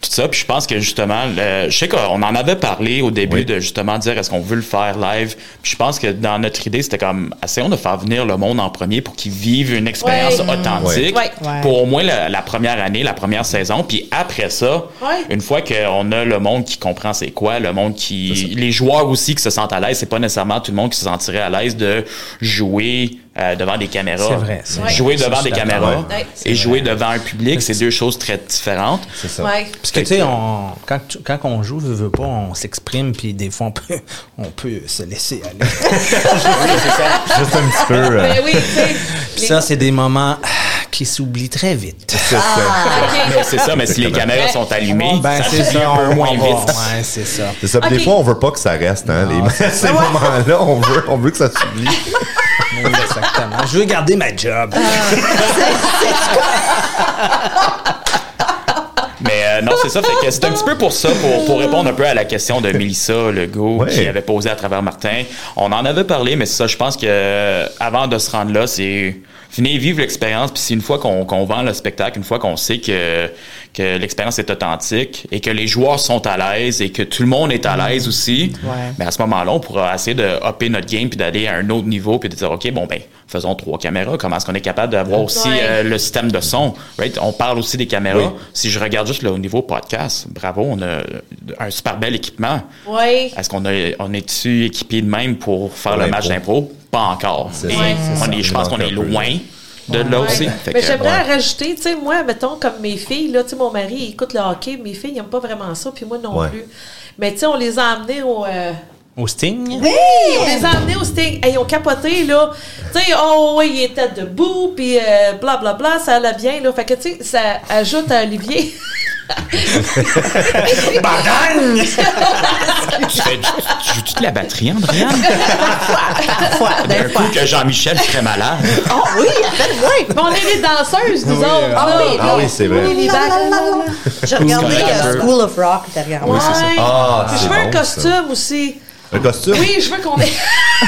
Speaker 4: tout ça. Puis je pense que justement, le- je sais qu'on en avait parlé au début
Speaker 1: Oui.
Speaker 4: de justement dire est-ce qu'on veut le faire live. Puis je pense que dans notre idée, c'était comme essayons de faire venir le monde en premier pour qu'ils vivent une expérience
Speaker 3: Ouais.
Speaker 4: authentique
Speaker 3: Ouais.
Speaker 5: Ouais.
Speaker 4: pour au moins la, la première année, la première saison. Puis après ça,
Speaker 3: Ouais.
Speaker 4: une fois qu'on a le monde qui comprend c'est quoi, le monde qui. Les joueurs aussi qui se sentent à l'aise, c'est pas nécessairement tout le monde qui se sentirait à l'aise de jouer euh, devant des caméras.
Speaker 2: C'est vrai, c'est vrai.
Speaker 4: Jouer
Speaker 2: Ça,
Speaker 4: devant
Speaker 2: je
Speaker 4: des
Speaker 2: suis d'accord.
Speaker 4: caméras
Speaker 3: Ouais. Ouais.
Speaker 4: et jouer devant un public, c'est deux choses très différentes.
Speaker 1: c'est ça.
Speaker 3: Ouais.
Speaker 2: Parce que, tu sais, on, quand, tu- quand on joue, veut, veut pas, on s'exprime, puis des fois, on peut, on peut se laisser aller.
Speaker 1: Juste un petit peu. euh,
Speaker 3: Ben oui, tu sais.
Speaker 2: Puis ça, c'est des moments ah, qui s'oublient très vite.
Speaker 1: c'est
Speaker 3: ah.
Speaker 1: ça.
Speaker 4: Mais
Speaker 3: OK.
Speaker 4: C'est ça, mais si les caméras sont allumées,
Speaker 2: Ben,
Speaker 4: ça
Speaker 2: c'est ça,
Speaker 4: se vit un peu
Speaker 2: on
Speaker 4: moins
Speaker 2: va-
Speaker 4: vite.
Speaker 2: Ouais, c'est ça.
Speaker 1: C'est ça. Puis
Speaker 3: Ok.
Speaker 1: Des fois, on veut pas que ça reste, hein,
Speaker 5: Ah,
Speaker 1: les- ces moments-là. On veut, on veut que ça s'oublie.
Speaker 2: Oui, Exactement. Je veux garder ma job.
Speaker 4: Mais euh, non, c'est ça. Fait que c'est un petit peu pour ça, pour, pour répondre un peu à la question de Mélissa Legault
Speaker 1: Ouais.
Speaker 4: qui avait posée à travers Martin. On en avait parlé, mais c'est ça, je pense que euh, avant de se rendre là, c'est venez vivre l'expérience. Puis c'est une fois qu'on qu'on vend le spectacle, une fois qu'on sait que, que l'expérience est authentique et que les joueurs sont à l'aise et que tout le monde est à l'aise aussi,
Speaker 5: Ouais.
Speaker 4: mais à ce moment-là, on pourra essayer de hopper notre game puis d'aller à un autre niveau puis de dire, OK, bon, ben, faisons trois caméras. Comment est-ce qu'on est capable d'avoir aussi
Speaker 3: Ouais.
Speaker 4: euh, le système de son? Right? On parle aussi des caméras.
Speaker 1: Oui.
Speaker 4: Si je regarde juste le au niveau podcast, bravo, on a euh, un super bel équipement.
Speaker 3: Oui.
Speaker 4: Est-ce qu'on a- on est-tu équipé de même pour faire
Speaker 1: Pour
Speaker 4: le match d'impro? Pas encore.
Speaker 1: C'est
Speaker 4: Et
Speaker 1: ça,
Speaker 3: c'est
Speaker 1: ça.
Speaker 4: on est, je pense
Speaker 1: Il manque
Speaker 4: qu'on est
Speaker 1: un peu.
Speaker 4: loin de là
Speaker 3: Ouais.
Speaker 4: aussi. Fait
Speaker 3: Mais
Speaker 4: que,
Speaker 3: j'aimerais
Speaker 4: ouais.
Speaker 3: en rajouter, tu sais, moi, mettons, comme mes filles, là, tu sais, mon mari, il écoute le hockey, mes filles, ils n'aiment pas vraiment ça, puis moi non
Speaker 1: Ouais.
Speaker 3: plus. Mais tu sais, on les a amenés au. euh,
Speaker 2: Au Sting?
Speaker 3: Hey, on les a emmenés au Sting. Hey, ils ont capoté, là. Tu sais, oh, oui, il était debout, puis euh, bla, bla, bla, ça allait bien, là. Fait que, tu sais, ça ajoute à Olivier.
Speaker 4: tu fais tu- tu joues-tu de la batterie, Andréane? D'un coup que Jean-Michel serait malade.
Speaker 3: oh, oui, oui. Mais on est les danseuses, nous autres. là.
Speaker 1: Ah oui, c'est vrai.
Speaker 3: les
Speaker 5: La, la,
Speaker 3: bacs.
Speaker 5: la, la. J'ai regardé
Speaker 4: Sky
Speaker 5: euh,
Speaker 4: Rider.
Speaker 5: School of Rock derrière moi.
Speaker 3: Ouais.
Speaker 1: Ah,
Speaker 3: Puis
Speaker 1: c'est
Speaker 3: je veux un
Speaker 1: bon, ça.
Speaker 3: costume aussi.
Speaker 1: Un costume?
Speaker 3: Oui, je veux qu'on ait.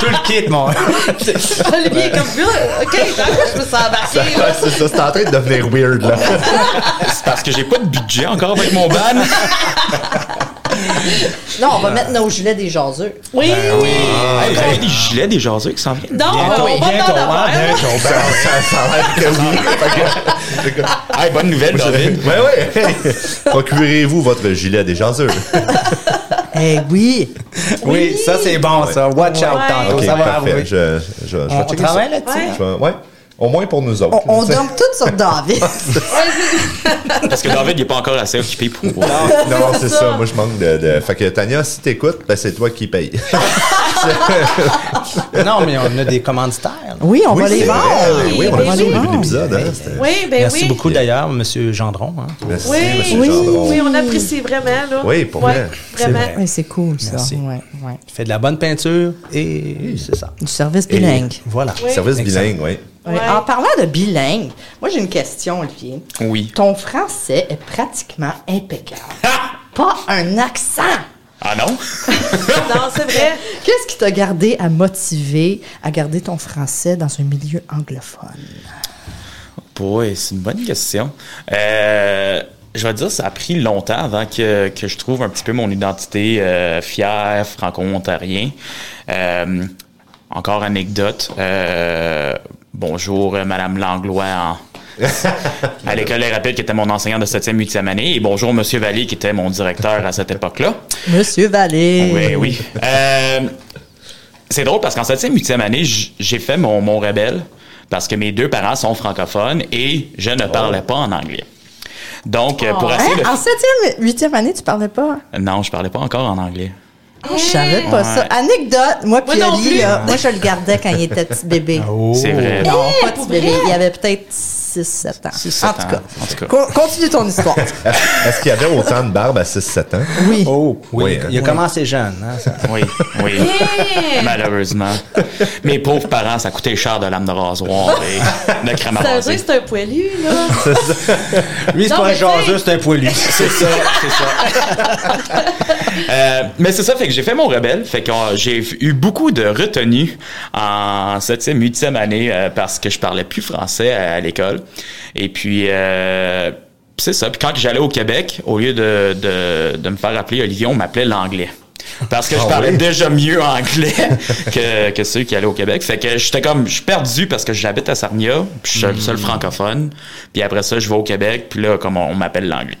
Speaker 2: Tout le kit, mon.
Speaker 3: Olivier est comme là, OK, hein? je me sens
Speaker 1: Ça-
Speaker 3: embarqué. là.
Speaker 1: ouais, c'est ça, c'est en train de devenir weird, là.
Speaker 4: C'est parce que j'ai pas de budget encore avec mon ban.
Speaker 5: Non, on va mettre nos gilets des jaseux.
Speaker 3: Oui, Ben oui.
Speaker 4: Ah, Hey, vous avez des gilets, des jaseux qui s'en viennent.
Speaker 3: Donc, euh, on va
Speaker 2: bientôt,
Speaker 3: t'en avoir.
Speaker 2: hein,
Speaker 3: là.
Speaker 2: bientôt.
Speaker 1: Ça, ça, ça a l'air que oui. Fait que-
Speaker 4: Hey, bonne nouvelle, David.
Speaker 1: Ouais, ouais. hey. Procurez-vous votre gilet des chanceux.
Speaker 5: Eh oui!
Speaker 2: Ben, Oui, ça, c'est bon, ça. Watch out,
Speaker 3: Ouais.
Speaker 2: tantôt.
Speaker 1: Ok,
Speaker 2: ça va
Speaker 1: parfait.
Speaker 2: arriver.
Speaker 1: Je, je, je vais
Speaker 2: On, on
Speaker 1: checker ça.
Speaker 2: travaille là-dessus. hein?
Speaker 3: Ouais.
Speaker 1: Je vais- ouais. Au moins pour nous autres.
Speaker 5: On, Ah, on dorme toutes sur David.
Speaker 4: Parce que David, il est pas encore assez occupé pour.
Speaker 1: Non, c'est
Speaker 3: ça.
Speaker 1: ça. Moi, je manque de, de- Fait que Tania, si t'écoutes, ben, c'est toi qui paye.
Speaker 2: Non, mais on a des commanditaires. là.
Speaker 5: Oui, on
Speaker 1: Oui,
Speaker 5: va les
Speaker 1: c'est vrai. Ben
Speaker 5: vendre.
Speaker 1: Oui, on
Speaker 5: va
Speaker 1: a dit au
Speaker 5: les
Speaker 1: début de
Speaker 5: vendre.
Speaker 1: l'épisode. hein, c'était-
Speaker 3: Oui, ben
Speaker 2: Merci
Speaker 3: oui.
Speaker 2: beaucoup d'ailleurs, Monsieur Gendron. hein.
Speaker 1: Merci,
Speaker 3: Oui,
Speaker 1: monsieur
Speaker 3: oui,
Speaker 1: Gendron.
Speaker 3: oui, on apprécie vraiment. Là.
Speaker 1: Oui, pour
Speaker 3: Ouais,
Speaker 1: vrai.
Speaker 3: Vraiment.
Speaker 2: C'est vrai.
Speaker 5: Oui, Ah, c'est cool, ça.
Speaker 2: Merci.
Speaker 5: Ouais, ouais.
Speaker 2: Il fait de la bonne peinture et c'est ça.
Speaker 5: Du service bilingue.
Speaker 2: Voilà.
Speaker 3: Oui.
Speaker 1: Service
Speaker 2: Excellent.
Speaker 1: bilingue, oui.
Speaker 5: Ouais.
Speaker 3: Ouais.
Speaker 5: En parlant de bilingue, moi j'ai une question, Olivier.
Speaker 4: Oui.
Speaker 5: Ton français est pratiquement impeccable. Pas un accent!
Speaker 4: Ah non?
Speaker 3: Non, c'est vrai.
Speaker 5: Qu'est-ce qui t'a gardé à motiver à garder ton français dans un milieu anglophone?
Speaker 4: Oui, c'est une bonne question. Euh, je vais te dire, ça a pris longtemps avant que, que je trouve un petit peu mon identité euh, fière, franco-ontarien. Euh, encore anecdote. euh, bonjour, euh, Madame Langlois. en- à l'école des rapides, qui était mon enseignant de 7e, 8e année. Et bonjour, Monsieur Vallée, qui était mon directeur à cette époque-là.
Speaker 5: Monsieur Vallée!
Speaker 4: Oui, Ben oui. Euh, c'est drôle parce qu'en 7e, 8e année, j- j'ai fait mon, mon rebelle parce que mes deux parents sont francophones et je ne parlais pas en anglais. Donc, euh, pour
Speaker 5: Hein?
Speaker 4: essayer de.
Speaker 5: En septième, huitième année, tu parlais pas?
Speaker 4: Non, je parlais pas encore en anglais.
Speaker 5: Oh, Je savais pas ça. Anecdote, moi puis
Speaker 3: Moi non
Speaker 5: Oli,
Speaker 3: plus.
Speaker 5: là, moi je le gardais quand il était petit bébé.
Speaker 2: Oh.
Speaker 4: C'est vrai.
Speaker 5: Non,
Speaker 3: Eh,
Speaker 5: pas
Speaker 3: pour
Speaker 5: petit bébé,
Speaker 3: vrai?
Speaker 5: il avait peut-être 6-7 ans.
Speaker 4: Six, sept
Speaker 5: en,
Speaker 4: ans,
Speaker 5: tout cas.
Speaker 4: en tout cas.
Speaker 5: Con- Continue ton histoire.
Speaker 1: Est-ce est-ce qu'il y avait autant de barbe à 6-7 ans?
Speaker 5: Oui.
Speaker 2: Oh, oui.
Speaker 1: Oui,
Speaker 2: il a
Speaker 1: hein.
Speaker 2: commencé jeune. hein, ça.
Speaker 4: Oui, oui.
Speaker 3: Yeah!
Speaker 4: Malheureusement. Mes pauvres parents, ça coûtait cher de lame de rasoir et de crème à
Speaker 3: Ça veut
Speaker 4: raser.
Speaker 3: dire que c'est un poilu, là.
Speaker 2: Lui, c'est
Speaker 3: Non,
Speaker 2: pas un
Speaker 3: mais
Speaker 2: jaseux,
Speaker 3: t'sais-
Speaker 2: c'est un poilu.
Speaker 4: C'est ça, c'est ça. Euh, mais c'est ça, fait que j'ai fait mon rebelle. Fait que euh, j'ai eu beaucoup de retenue en 7e, 8e année euh, parce que je parlais plus français à, à l'école. Et puis, euh, c'est ça. Puis quand j'allais au Québec, au lieu de, de, de me faire appeler Olivier, on m'appelait l'anglais. Parce que je
Speaker 1: Ah
Speaker 4: parlais
Speaker 1: oui?
Speaker 4: déjà mieux anglais que, que ceux qui allaient au Québec. Fait que j'étais comme, je suis perdu parce que j'habite à Sarnia, puis je suis le seul francophone. Puis après ça, je vais au Québec, puis là, comme on- on m'appelle l'anglais.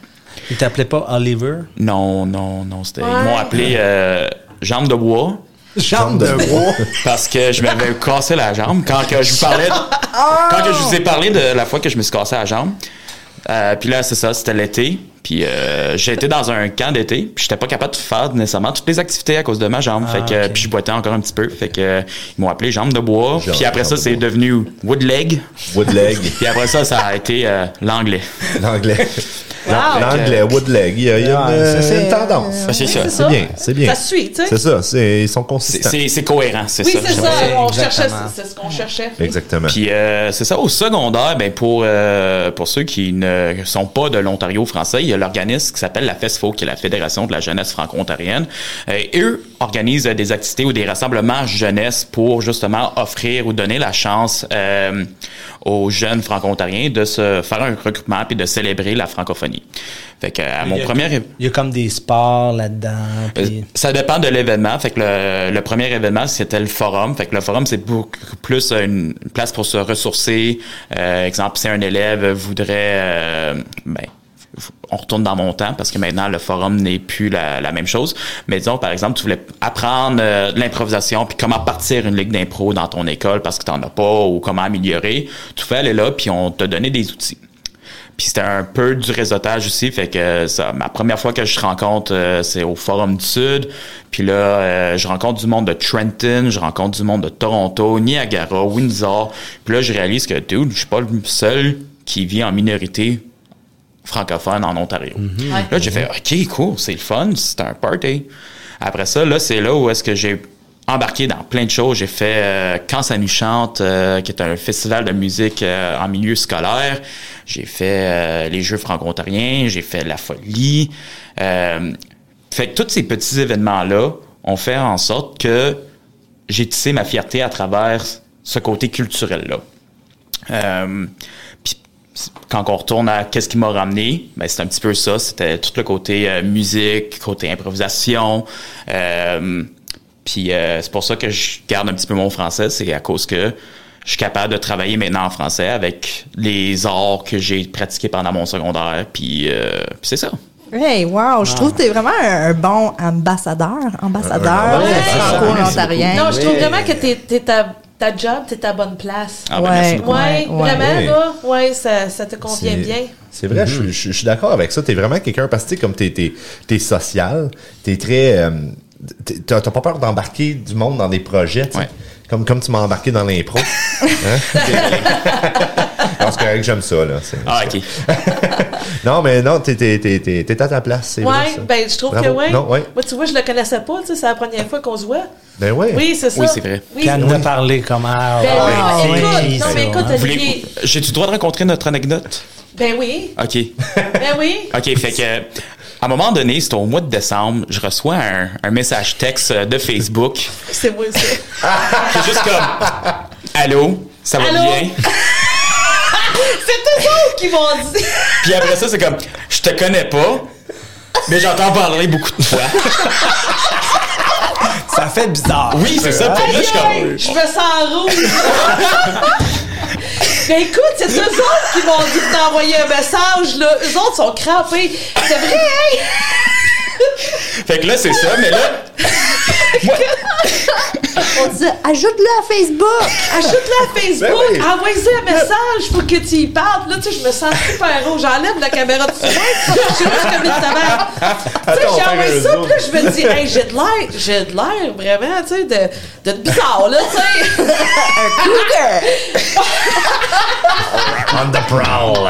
Speaker 2: Il t'appelait pas Oliver?
Speaker 4: Non, non, non. C'était,
Speaker 3: Ouais.
Speaker 4: Ils m'ont appelé euh, jambe de bois
Speaker 2: Jambe de bois.
Speaker 4: parce que je m'avais cassé la jambe quand que je vous parlais.
Speaker 3: Oh!
Speaker 4: Quand que je vous ai parlé de la fois que je me suis cassé la jambe. Euh, puis là, c'est ça, c'était l'été. Puis euh, j'ai été dans un camp d'été, puis j'étais pas capable de faire nécessairement toutes les activités à cause de ma
Speaker 3: Ah,
Speaker 4: jambe. fait que
Speaker 2: ok.
Speaker 4: puis je boitais encore un petit peu. Fait que euh, ils m'ont appelé jambe de bois.
Speaker 1: Jambe-
Speaker 4: puis après ça,
Speaker 1: jambe de
Speaker 4: c'est
Speaker 1: bois.
Speaker 4: devenu wood leg.
Speaker 1: Woodleg,
Speaker 4: Puis après ça, ça a été euh, l'anglais.
Speaker 1: l'anglais. L'anglais, Woodleg. Il y a, il y a
Speaker 2: Ouais,
Speaker 1: une,
Speaker 2: ça, c'est-
Speaker 1: une tendance.
Speaker 4: C'est ça.
Speaker 1: C'est bien, c'est bien.
Speaker 3: Ah, Ça suit, hein? tu sais.
Speaker 1: C'est ça, c'est- ils sont
Speaker 4: C'est-
Speaker 1: consistants.
Speaker 4: C'est c'est cohérent, c'est
Speaker 3: Oui,
Speaker 4: ça.
Speaker 3: c'est
Speaker 4: je
Speaker 3: ça.
Speaker 4: dirais.
Speaker 3: On
Speaker 2: Exactement.
Speaker 3: cherchait, c'est ce qu'on cherchait.
Speaker 1: Exactement.
Speaker 4: Puis euh, c'est ça, au secondaire, ben pour, euh, pour ceux qui ne sont pas de l'Ontario français, il y a l'organisme qui s'appelle la E FESFO, qui est la Fédération de la jeunesse franco-ontarienne. Euh, et eux organisent euh, des activités ou des rassemblements jeunesse pour justement offrir ou donner la chance euh, aux jeunes franco-ontariens de se faire un recrutement puis de célébrer la francophonie. Fait que euh, à mon
Speaker 2: Il y a-
Speaker 4: premier...
Speaker 2: Il y a comme des sports là-dedans. puis-
Speaker 4: Euh, Ça dépend de l'événement. Fait que le, le premier événement, c'était le forum. Fait que le forum, c'est beaucoup plus une place pour se ressourcer. Euh, exemple, si un élève voudrait, euh, ben, on retourne dans mon temps parce que maintenant le forum n'est plus la, la même chose. Mais disons, par exemple, tu voulais apprendre euh, de l'improvisation puis comment partir une ligue d'impro dans ton école parce que t'en as pas ou comment améliorer. Tu fais aller là puis on te donnait des outils. Puis c'était un peu du réseautage aussi, fait que euh, ça, ma première fois que je rencontre, euh, c'est au Forum du Sud. Puis là, euh, je rencontre du monde de Trenton, je rencontre du monde de Toronto, Niagara, Windsor. Puis là, je réalise que, dude, je suis pas le seul qui vit en minorité francophone en Ontario.
Speaker 3: Ouais.
Speaker 4: Là, j'ai fait, OK, cool, c'est le fun, c'est un party. Après ça, là, c'est là où est-ce que j'ai embarqué dans plein de choses. J'ai fait euh, Quand ça nous chante, euh, qui est un festival de musique euh, en milieu scolaire. J'ai fait euh, les Jeux franco-ontariens, j'ai fait La Folie. Euh, fait que tous ces petits événements-là on fait en sorte que j'ai tissé ma fierté à travers ce côté culturel-là. Euh, puis quand on retourne à qu'est-ce qui m'a ramené, ben c'est un petit peu ça. C'était tout le côté euh, musique, côté improvisation. Euh, puis euh, c'est pour ça que je garde un petit peu mon français. C'est à cause que je suis capable de travailler maintenant en français avec les arts que j'ai pratiqués pendant mon secondaire. Puis, euh, puis c'est ça.
Speaker 5: Hey, wow, je trouve que t'es vraiment un, un bon ambassadeur,
Speaker 1: Un- un
Speaker 5: ambassadeur
Speaker 1: bon
Speaker 5: euh,
Speaker 1: ambassadeur,
Speaker 5: franco-ontarien.
Speaker 3: Non, je trouve vraiment que t'es, t'es ta, ta job, t'es ta bonne place.
Speaker 4: Ah, ben, merci
Speaker 5: Ouais,
Speaker 4: beaucoup.
Speaker 3: ouais,
Speaker 5: ouais,
Speaker 3: vraiment,
Speaker 1: ouais.
Speaker 3: là. Ouais, ça, ça te convient
Speaker 1: C'est-
Speaker 3: bien.
Speaker 1: C'est vrai, je suis- je, suis- je suis d'accord avec ça. T'es vraiment quelqu'un, parce que tu sais, comme t'es, t'es, t'es social, t'es très. euh, t'es- t'as, t'as pas peur d'embarquer du monde dans des projets, tu sais.
Speaker 4: Ouais.
Speaker 1: Comme, comme tu m'as embarqué dans l'impro. hein? Parce que j'aime ça, là. C'est-
Speaker 4: Ah, OK.
Speaker 1: Non, mais non, t'es, t'es, t'es, t'es, t'es à ta place, c'est vrai.
Speaker 3: Ouais,
Speaker 1: ça.
Speaker 3: ben, je trouve
Speaker 1: Bravo.
Speaker 3: que ouais.
Speaker 1: Non, ouais.
Speaker 3: Moi, tu vois, je le connaissais pas, tu sais, c'est la première fois qu'on se voit.
Speaker 1: Ben ouais.
Speaker 3: Oui, c'est ça.
Speaker 4: Oui, c'est vrai.
Speaker 3: Oui.
Speaker 2: Puis elle nous a parlé comment.
Speaker 3: Ben,
Speaker 2: Ah,
Speaker 3: oui,
Speaker 2: ouais,
Speaker 3: écoute, non,
Speaker 2: c'est
Speaker 3: mais écoute,
Speaker 2: ça, hein.
Speaker 3: Olivier.
Speaker 4: Voulez- J'ai-tu le droit de rencontrer notre anecdote?
Speaker 3: Ben oui,
Speaker 4: OK.
Speaker 3: ben oui.
Speaker 4: OK, fait que à un moment donné, c'était au mois de décembre, je reçois un, un message texte de Facebook.
Speaker 3: C'est moi, ça.
Speaker 4: C'est juste comme Allô, ça va
Speaker 3: Allô?
Speaker 4: bien?
Speaker 3: C'est tous autres qui m'ont dit.
Speaker 4: Puis après ça, c'est comme Je te connais pas, mais j'entends parler beaucoup de toi.
Speaker 2: Ça fait bizarre.
Speaker 4: Oui, c'est ça. Puis là, je suis
Speaker 3: Aïe, je
Speaker 4: comme
Speaker 3: me sens rouge. ben écoute, c'est eux autres qui m'ont dit de t'envoyer un message, là. Eux autres sont crampés. C'est vrai, hein?
Speaker 4: Fait que là, c'est ça, mais là,
Speaker 5: On dit ajoute-le à Facebook.
Speaker 3: Ajoute-la à Facebook,
Speaker 1: Ben oui.
Speaker 3: envoie-y un message pour que tu y parles. Puis Là, tu sais, je me sens super rouge. J'enlève la caméra de soin. Je suis rouge comme une tabac. Tu sais,
Speaker 1: Attends, on
Speaker 3: j'ai
Speaker 1: fait
Speaker 3: envoyé
Speaker 1: un
Speaker 3: ça,
Speaker 1: zoom.
Speaker 3: puis là, je me dis, hey, j'ai de l'air, j'ai de l'air vraiment, tu sais, de, de bizarre, là, tu sais.
Speaker 1: On the prowl.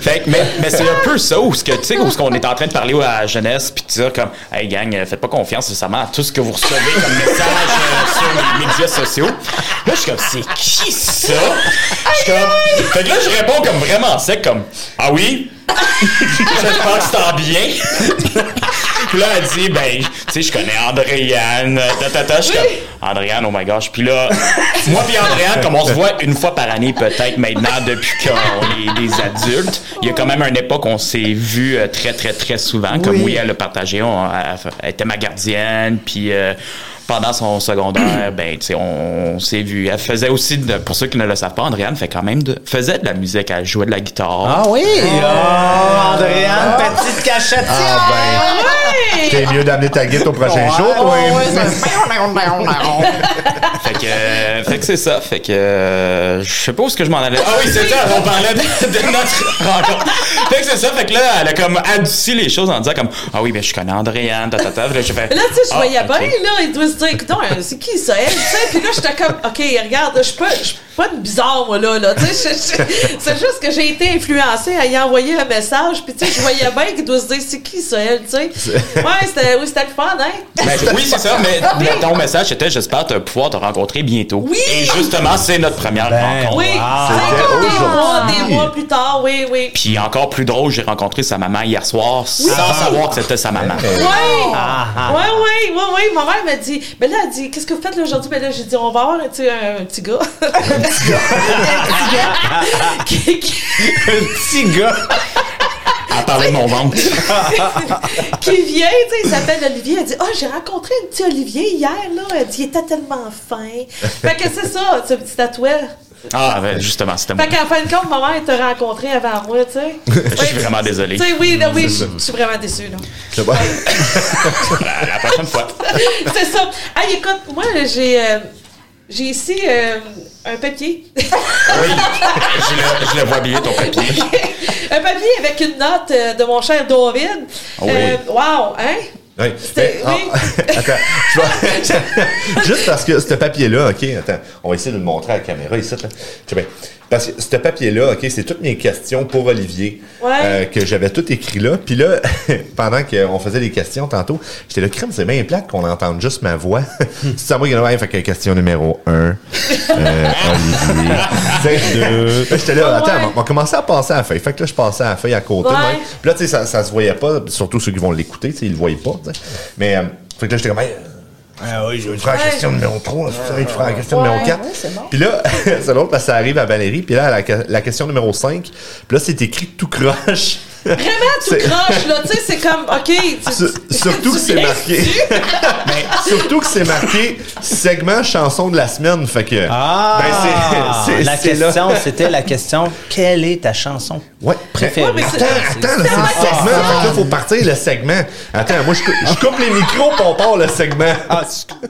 Speaker 4: Fait que, mais, mais c'est un peu ça où ce que tu sais où ce qu'on est en train de parler à la jeunesse puis de dire comme hey gang euh, faites pas confiance nécessairement à tout ce que vous recevez comme message euh, sur les médias sociaux. Là je suis comme c'est qui ça Je suis comme fait que là je réponds comme vraiment sec comme ah oui j'espère que t'en bien. Puis là, elle dit, ben, tu sais, je connais Andréane, euh, ta, ta, ta. Je suis comme, Andréane, oh my gosh. Puis là, moi puis Andréane, comme on se voit une fois par année peut-être maintenant depuis qu'on est des adultes, il y a quand même une époque où on s'est vu euh, très, très, très souvent. Comme
Speaker 5: Oui.
Speaker 4: oui, elle a partagé, on, elle, elle était ma gardienne, puis... euh, pendant son secondaire, ben, tu sais, on, on s'est vu. Elle faisait aussi, de- pour ceux qui ne le savent pas, Andréane fait quand même de, faisait de la musique. Elle jouait de la guitare.
Speaker 2: Ah oui! Oh, Andréane, petite cachette!
Speaker 1: Ah ben,
Speaker 3: Ouais.
Speaker 1: t'es mieux d'amener ta guide au prochain
Speaker 2: Ah,
Speaker 1: show, toi.
Speaker 4: Fait que, euh, fait que c'est ça. Fait que euh, je sais pas où est-ce que je m'en allais. Ah oui, c'est ça. On parlait de, de notre rencontre. Fait que c'est ça. Fait que là, elle a comme adouci les choses en disant comme ah oui, ben je connais Andréane, ta ta ta. Fait que j'ai fait,
Speaker 3: Là, tu sais, je
Speaker 4: Ah,
Speaker 3: voyais
Speaker 4: ok.
Speaker 3: bien, là, il doit se dire, écoute, hein, c'est qui ça, elle, tu sais? Puis là, j'étais comme, OK, regarde, je suis pas, je suis pas une bizarre, moi, là, là, tu sais. je- je- C'est juste que j'ai été influencée à y envoyer un message, puis tu sais, je voyais bien qu'il doit se dire, c'est qui ça, elle, tu sais? Ouais, c'était oui, c'était le fun, hein?
Speaker 4: Ben, oui, c'est ça. Mais mais ton message était j'espère te pouvoir te rencontrer bientôt.
Speaker 3: Ah Oui!
Speaker 4: Et justement, c'est notre première
Speaker 2: Ben,
Speaker 4: rencontre.
Speaker 3: Oui,
Speaker 2: Wow.
Speaker 3: c'est comme des
Speaker 1: C'était
Speaker 3: mois,
Speaker 1: aujourd'hui.
Speaker 3: des mois plus tard, oui, oui.
Speaker 4: Puis encore plus drôle, j'ai rencontré sa maman hier soir sans
Speaker 3: Ah.
Speaker 4: savoir que c'était sa maman.
Speaker 3: Oui! Oui, oui, oui, oui. Ma mère m'a dit, ben là, elle dit, qu'est-ce que vous faites là, aujourd'hui? Ben là, j'ai dit, on va avoir tu sais, un, un petit gars. un petit gars. qui, qui-
Speaker 2: petit gars!
Speaker 4: Elle parlait de mon ventre.
Speaker 3: qui vient, tu sais, il s'appelle Olivier. Elle dit, oh, j'ai rencontré un petit Olivier hier, là. Elle dit, il était tellement fin. Fait que c'est ça, ce petit tatouage.
Speaker 4: Ah, ben, justement, c'était moi.
Speaker 3: Fait qu'en fin de compte, ma mère t'a rencontré avant moi, tu sais.
Speaker 4: Je suis vraiment désolé.
Speaker 3: Tu sais, oui, là, oui, je je suis vraiment déçue, là.
Speaker 1: C'est bon.
Speaker 4: À la prochaine fois.
Speaker 3: C'est ça. Ah, écoute, moi, là, j'ai euh, j'ai ici euh, un papier.
Speaker 4: Oui, je le, je le vois bien, ton papier.
Speaker 3: un papier avec une note euh, de mon cher David.
Speaker 4: Ah oui.
Speaker 3: wow, hein?
Speaker 1: Oui.
Speaker 3: C'était-
Speaker 1: Ben,
Speaker 3: oui.
Speaker 1: ah, attends, je vais- Juste parce que ce papier-là, OK, attends, on va essayer de le montrer à la caméra ici. Là. Tu sais bien, Parce que ce papier-là, OK, c'est toutes mes questions pour Olivier euh,
Speaker 3: Ouais.
Speaker 1: que j'avais tout écrit là. Puis là, pendant qu'on faisait les questions tantôt, j'étais le crime, c'est bien plate qu'on entende juste ma voix. c'est à moi qui en fait que question numéro 1, Olivier. c'est deux. J'étais là, attends,
Speaker 3: Ouais.
Speaker 1: on- on commençait à passer à la feuille. Fait que là, je passais à la feuille à côté.
Speaker 3: Ouais.
Speaker 1: même. Puis là, tu sais, ça, ça se voyait pas, surtout ceux qui vont l'écouter, tu sais, ils le voyaient pas. tu sais. Mais, euh, fait que là, j'étais comme, Hey, euh,
Speaker 2: Ah oui, je
Speaker 1: Je vais faire la question numéro 3, je vais faire la question
Speaker 3: Ouais,
Speaker 1: numéro 4.
Speaker 3: ouais, c'est bon.
Speaker 1: Puis là, c'est drôle parce que ça arrive à Valérie. Puis là, la, que- la question numéro 5, puis là, c'est écrit tout croche.
Speaker 3: Vraiment, tout
Speaker 1: C'est-
Speaker 3: croche, là. Tu sais, c'est comme, OK. tu-
Speaker 1: Sur-
Speaker 3: tu-
Speaker 1: surtout que
Speaker 3: tu
Speaker 1: c'est
Speaker 3: viens-
Speaker 1: marqué. Mais surtout que c'est marqué segment chanson de la semaine. Fait que.
Speaker 2: Ah!
Speaker 1: Ben, c'est- c'est-
Speaker 2: la
Speaker 1: c'est là.
Speaker 2: question, c'était la question quelle est ta chanson
Speaker 1: Ouais,
Speaker 2: préférée?
Speaker 3: Ouais, mais c'est-
Speaker 1: Attends, attends, là, c'est
Speaker 3: Ah,
Speaker 1: le segment. Fait que là, faut partir le segment. Attends, moi, je, cou- je coupe les micros pour on part le segment.
Speaker 2: Ah, tu-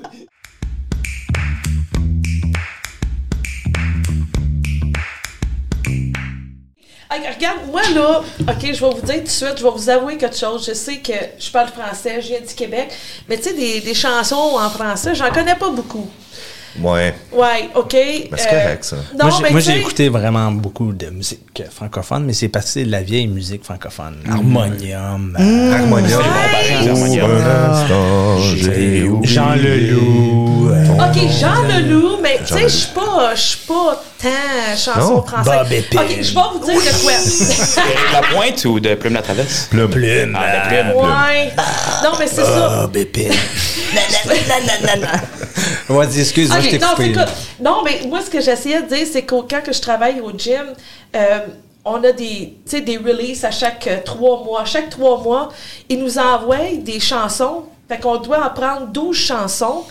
Speaker 3: Hey, regarde, moi, là, OK, je vais vous dire tout de suite, je vais vous avouer quelque chose. Je sais que je parle français, je viens du Québec, mais tu sais, des, des chansons en français, j'en connais pas beaucoup.
Speaker 1: Ouais.
Speaker 3: Ouais, OK. Mais
Speaker 1: Ben, c'est correct, ça.
Speaker 3: Non,
Speaker 2: moi, j'ai-
Speaker 3: mais
Speaker 2: moi,
Speaker 3: tu sais-
Speaker 2: j'ai écouté vraiment beaucoup de musique euh, francophone, mais c'est passé de la vieille musique francophone.
Speaker 4: Mm.
Speaker 2: Harmonium. euh,
Speaker 1: Harmonium.
Speaker 4: Ouais.
Speaker 1: Pour
Speaker 4: ben,
Speaker 1: un instant, ben, Ah. j'ai oublié.
Speaker 2: Jean Leloup. euh,
Speaker 3: OK, Jean Leloup, mais tu sais, je suis pas, je suis pas tant chanson
Speaker 1: Non,
Speaker 3: française.
Speaker 2: Bob Épine.
Speaker 3: OK, je vais vous dire de quoi.
Speaker 4: Éric Lapointe ou de Plume la Traverse?
Speaker 1: Plume.
Speaker 2: Plume.
Speaker 4: Ah, de Plume.
Speaker 3: ouais. Non, mais c'est
Speaker 1: Euh.
Speaker 3: ça.
Speaker 2: Oh, Bépine.
Speaker 5: Nananananana.
Speaker 2: Vas-y, excuse-moi,
Speaker 3: Ok,
Speaker 2: je t'ai
Speaker 3: Ah, non,
Speaker 2: coupé.
Speaker 3: c'est quoi- non, mais moi, ce que j'essayais de dire, c'est qu'au quand que je travaille au gym, euh, on a des, tu sais, des releases à chaque euh, trois mois. Chaque trois mois, ils nous envoient des chansons. Fait qu'on doit en prendre 12 chansons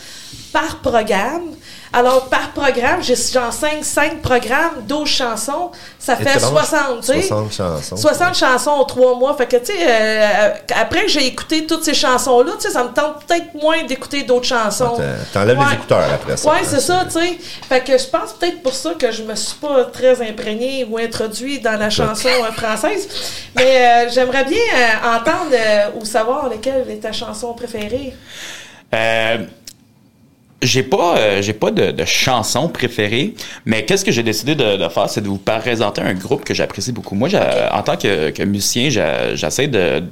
Speaker 3: par programme. Alors, par programme, j'ai genre 5, 5 programmes, 12 chansons. Ça
Speaker 1: Et
Speaker 3: fait
Speaker 1: t'as
Speaker 3: 60, tu sais.
Speaker 1: 60 chansons.
Speaker 3: 60 chansons en trois mois. Fait que, tu sais, euh, après que j'ai écouté toutes ces chansons-là, tu sais, ça me tente peut-être moins d'écouter d'autres chansons.
Speaker 1: Ouais, t'en- t'enlèves les écouteurs après ça,
Speaker 3: Ouais,
Speaker 1: hein,
Speaker 3: c'est ça, tu sais. Fait que je pense peut-être pour ça que je me suis pas très imprégnée ou introduite dans la chanson euh, française. Mais euh, j'aimerais bien euh, entendre euh, ou savoir laquelle est ta chanson préférée.
Speaker 4: Euh, j'ai pas, euh, j'ai pas de, de chanson préférée, mais qu'est-ce que j'ai décidé de, de faire, c'est de vous présenter un groupe que j'apprécie beaucoup. Moi, j'a- en tant que, que musicien, j'a- j'essaie de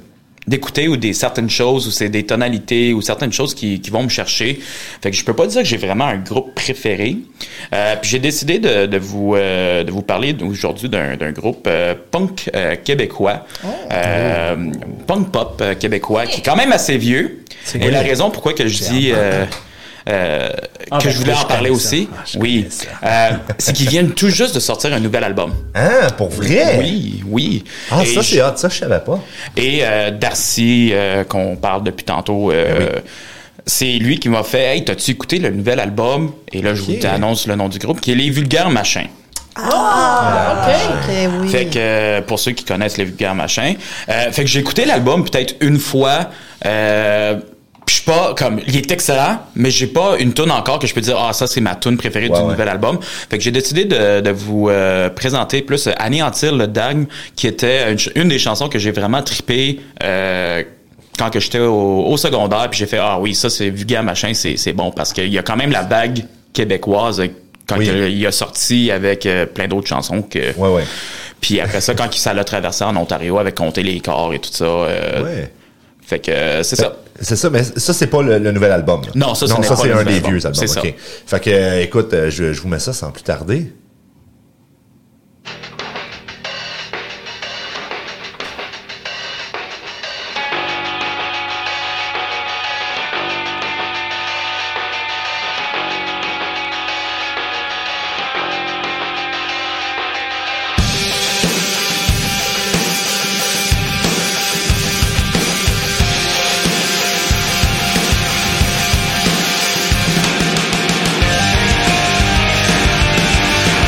Speaker 4: d'écouter ou des certaines choses ou c'est des tonalités ou certaines choses qui, qui vont me chercher. Fait que je peux pas dire que j'ai vraiment un groupe préféré. Euh, puis j'ai décidé de, de vous euh, de vous parler aujourd'hui d'un d'un groupe euh, punk euh, québécois, euh, punk pop euh, québécois qui est quand même assez vieux.
Speaker 2: C'est
Speaker 4: Et
Speaker 2: cool.
Speaker 4: la raison pourquoi que je dis euh, euh,
Speaker 2: Ah,
Speaker 4: que
Speaker 2: ben,
Speaker 4: je voulais
Speaker 2: je
Speaker 4: en parler
Speaker 2: connais ça.
Speaker 4: aussi,
Speaker 2: Ah, je
Speaker 4: oui,
Speaker 2: connais ça.
Speaker 4: euh, c'est qu'ils viennent tout juste de sortir un nouvel album.
Speaker 1: Hein, pour vrai?
Speaker 4: Oui, oui.
Speaker 1: Ah,
Speaker 4: Et
Speaker 1: ça,
Speaker 4: je-
Speaker 1: c'est hot. Ça, je savais pas.
Speaker 4: et euh, Darcy, euh, qu'on parle depuis tantôt,
Speaker 2: Ben
Speaker 4: euh, c'est lui qui m'a fait Hey, t'as-tu écouté le nouvel album Et là, je
Speaker 1: Ok.
Speaker 4: vous annonce le nom du groupe, qui est Les Vulgaires Machins.
Speaker 5: Ah,
Speaker 3: ok.
Speaker 5: ok, oui.
Speaker 4: Fait que euh, pour ceux qui connaissent les vulgaires machins, euh, fait que j'ai écouté l'album peut-être une fois. Euh, puis je suis pas comme il est excellent, mais j'ai pas une tune encore que je peux dire ah ça c'est ma tune préférée
Speaker 1: Ouais,
Speaker 4: du
Speaker 1: ouais.
Speaker 4: nouvel album. Fait que j'ai décidé de, de vous euh, présenter plus euh, anéantir le dogme qui était une, ch- une des chansons que j'ai vraiment trippé euh, quand que j'étais au, au secondaire puis j'ai fait ah oui ça c'est vulgaire machin c'est c'est bon parce qu'il y a quand même la vague québécoise euh, quand
Speaker 1: Oui.
Speaker 4: que- il a sorti avec euh, plein d'autres chansons que
Speaker 1: Ouais, ouais.
Speaker 4: puis après ça, quand ça l'a traversé en Ontario avec compter les corps et tout ça. euh,
Speaker 1: Ouais.
Speaker 4: Fait que euh, c'est ça.
Speaker 1: C'est ça, mais ça, c'est pas le, le nouvel album. là.
Speaker 4: Non, ça, ce n'est pas
Speaker 1: c'est
Speaker 4: le
Speaker 1: un
Speaker 4: nouvel
Speaker 1: des
Speaker 4: album.
Speaker 1: vieux albums.
Speaker 4: C'est ça.
Speaker 1: ok. Fait que, euh, écoute, euh, je, je vous mets ça sans plus tarder.
Speaker 6: Thank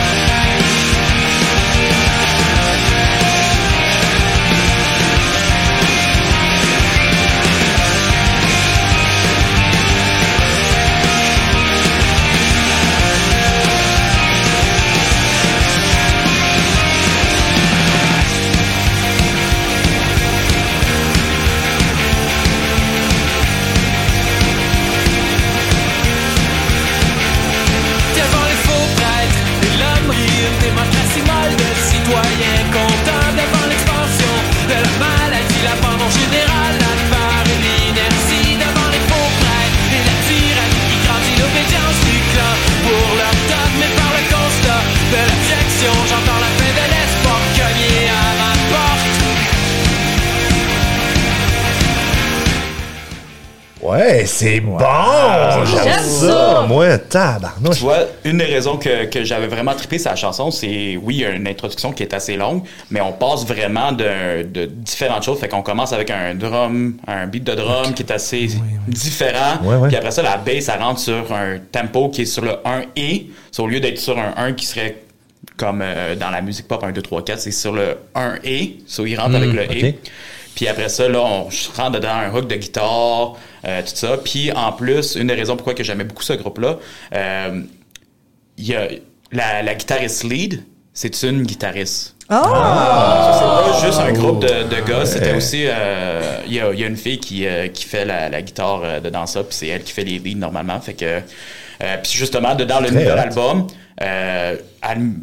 Speaker 1: Ouais, c'est bon! J'aime
Speaker 3: J'aime
Speaker 1: ça!
Speaker 3: ça.
Speaker 1: Moi, tabarnouche!
Speaker 4: Tu vois, une des raisons que, que j'avais vraiment trippé sa chanson, c'est oui, il y a une introduction qui est assez longue, mais on passe vraiment d'un- de différentes choses. Fait qu'on commence avec un drum, un beat de drum qui est assez différent.
Speaker 1: Ouais, ouais.
Speaker 4: Puis après ça, la bass, elle rentre sur un tempo qui est sur le 1 et, au lieu d'être sur un 1 qui serait comme euh, dans la musique pop 1, 2, 3, 4, c'est sur le 1 et, so il rentre avec le
Speaker 1: ok.
Speaker 4: et. Puis après ça, là, on rentre dedans un hook de guitare, euh, tout ça. Puis en plus, une des raisons pourquoi que j'aimais beaucoup ce groupe-là, euh, il y a la, la guitariste lead, c'est une guitariste.
Speaker 5: Oh!
Speaker 4: C'est pas Ah, juste un groupe de, de gars, c'était aussi. euh, Il y, a, il y a une fille qui, euh, qui fait la, la guitare euh, dedans ça, puis c'est elle qui fait les leads normalement. Fait que. euh, puis justement, dedans le
Speaker 1: Très
Speaker 4: nouvel
Speaker 1: hot.
Speaker 4: album, euh, elle m-